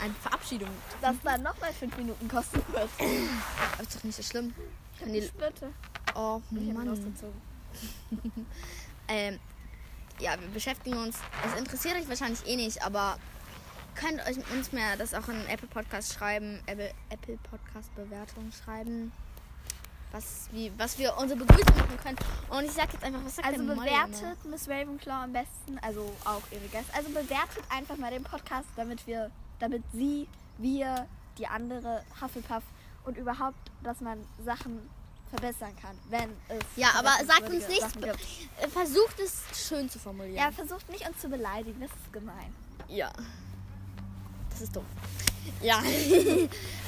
[SPEAKER 1] eine Verabschiedung.
[SPEAKER 2] Das dann nochmal 5 Minuten kosten wird.
[SPEAKER 1] Aber ist doch nicht so schlimm. Können die,
[SPEAKER 2] Bitte.
[SPEAKER 1] oh,
[SPEAKER 2] Ich hab
[SPEAKER 1] Mann.
[SPEAKER 2] losgezogen.
[SPEAKER 1] Ähm, ja, wir beschäftigen uns. Es interessiert euch wahrscheinlich eh nicht, aber könnt euch uns mehr das auch in Apple Podcast schreiben, Apple, Apple Podcast Bewertung schreiben. Was, wie, was wir unsere Begrüßung machen können. Und ich sag jetzt einfach, was sagt
[SPEAKER 2] Also
[SPEAKER 1] der Molly immer?
[SPEAKER 2] bewertet Miss Ravenclaw am besten, also auch ihre Gäste. Also bewertet einfach mal den Podcast, damit wir, damit sie, wir, die andere Hufflepuff und überhaupt, dass man Sachen verbessern kann, wenn es.
[SPEAKER 1] Ja, aber sagt uns
[SPEAKER 2] verbesserungswürdige
[SPEAKER 1] nichts.
[SPEAKER 2] Sachen gibt.
[SPEAKER 1] Äh, Versucht es schön zu formulieren.
[SPEAKER 2] Ja, versucht nicht uns zu beleidigen, das ist gemein.
[SPEAKER 1] Ja. Das ist doof. Ja.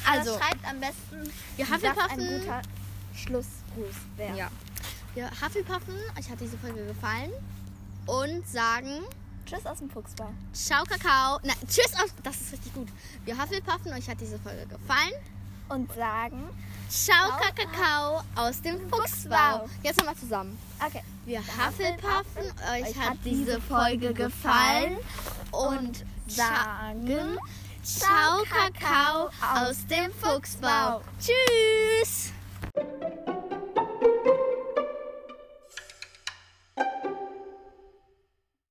[SPEAKER 1] also,
[SPEAKER 2] aber schreibt am besten,
[SPEAKER 1] wir
[SPEAKER 2] dass ein
[SPEAKER 1] Hufflepuffen.
[SPEAKER 2] guter Schlussgruß wäre.
[SPEAKER 1] Ja. Wir Hufflepuffen, euch hat diese Folge gefallen. Und sagen.
[SPEAKER 2] Tschüss aus dem Fuchsbau.
[SPEAKER 1] Ciao, Kakao. Nein, tschüss. Auf, das ist richtig gut. Wir Hufflepuffen, euch hat diese Folge gefallen.
[SPEAKER 2] Und sagen,
[SPEAKER 1] Ciao,
[SPEAKER 2] Ciao,
[SPEAKER 1] Kakao aus dem Fuchsbau.
[SPEAKER 2] Fuchsbau.
[SPEAKER 1] Jetzt nochmal zusammen.
[SPEAKER 2] okay.
[SPEAKER 1] Wir Hufflepuffen, euch hat diese Folge gefallen. Und sagen, Ciao, Kakao aus dem Fuchsbau. Tschüss.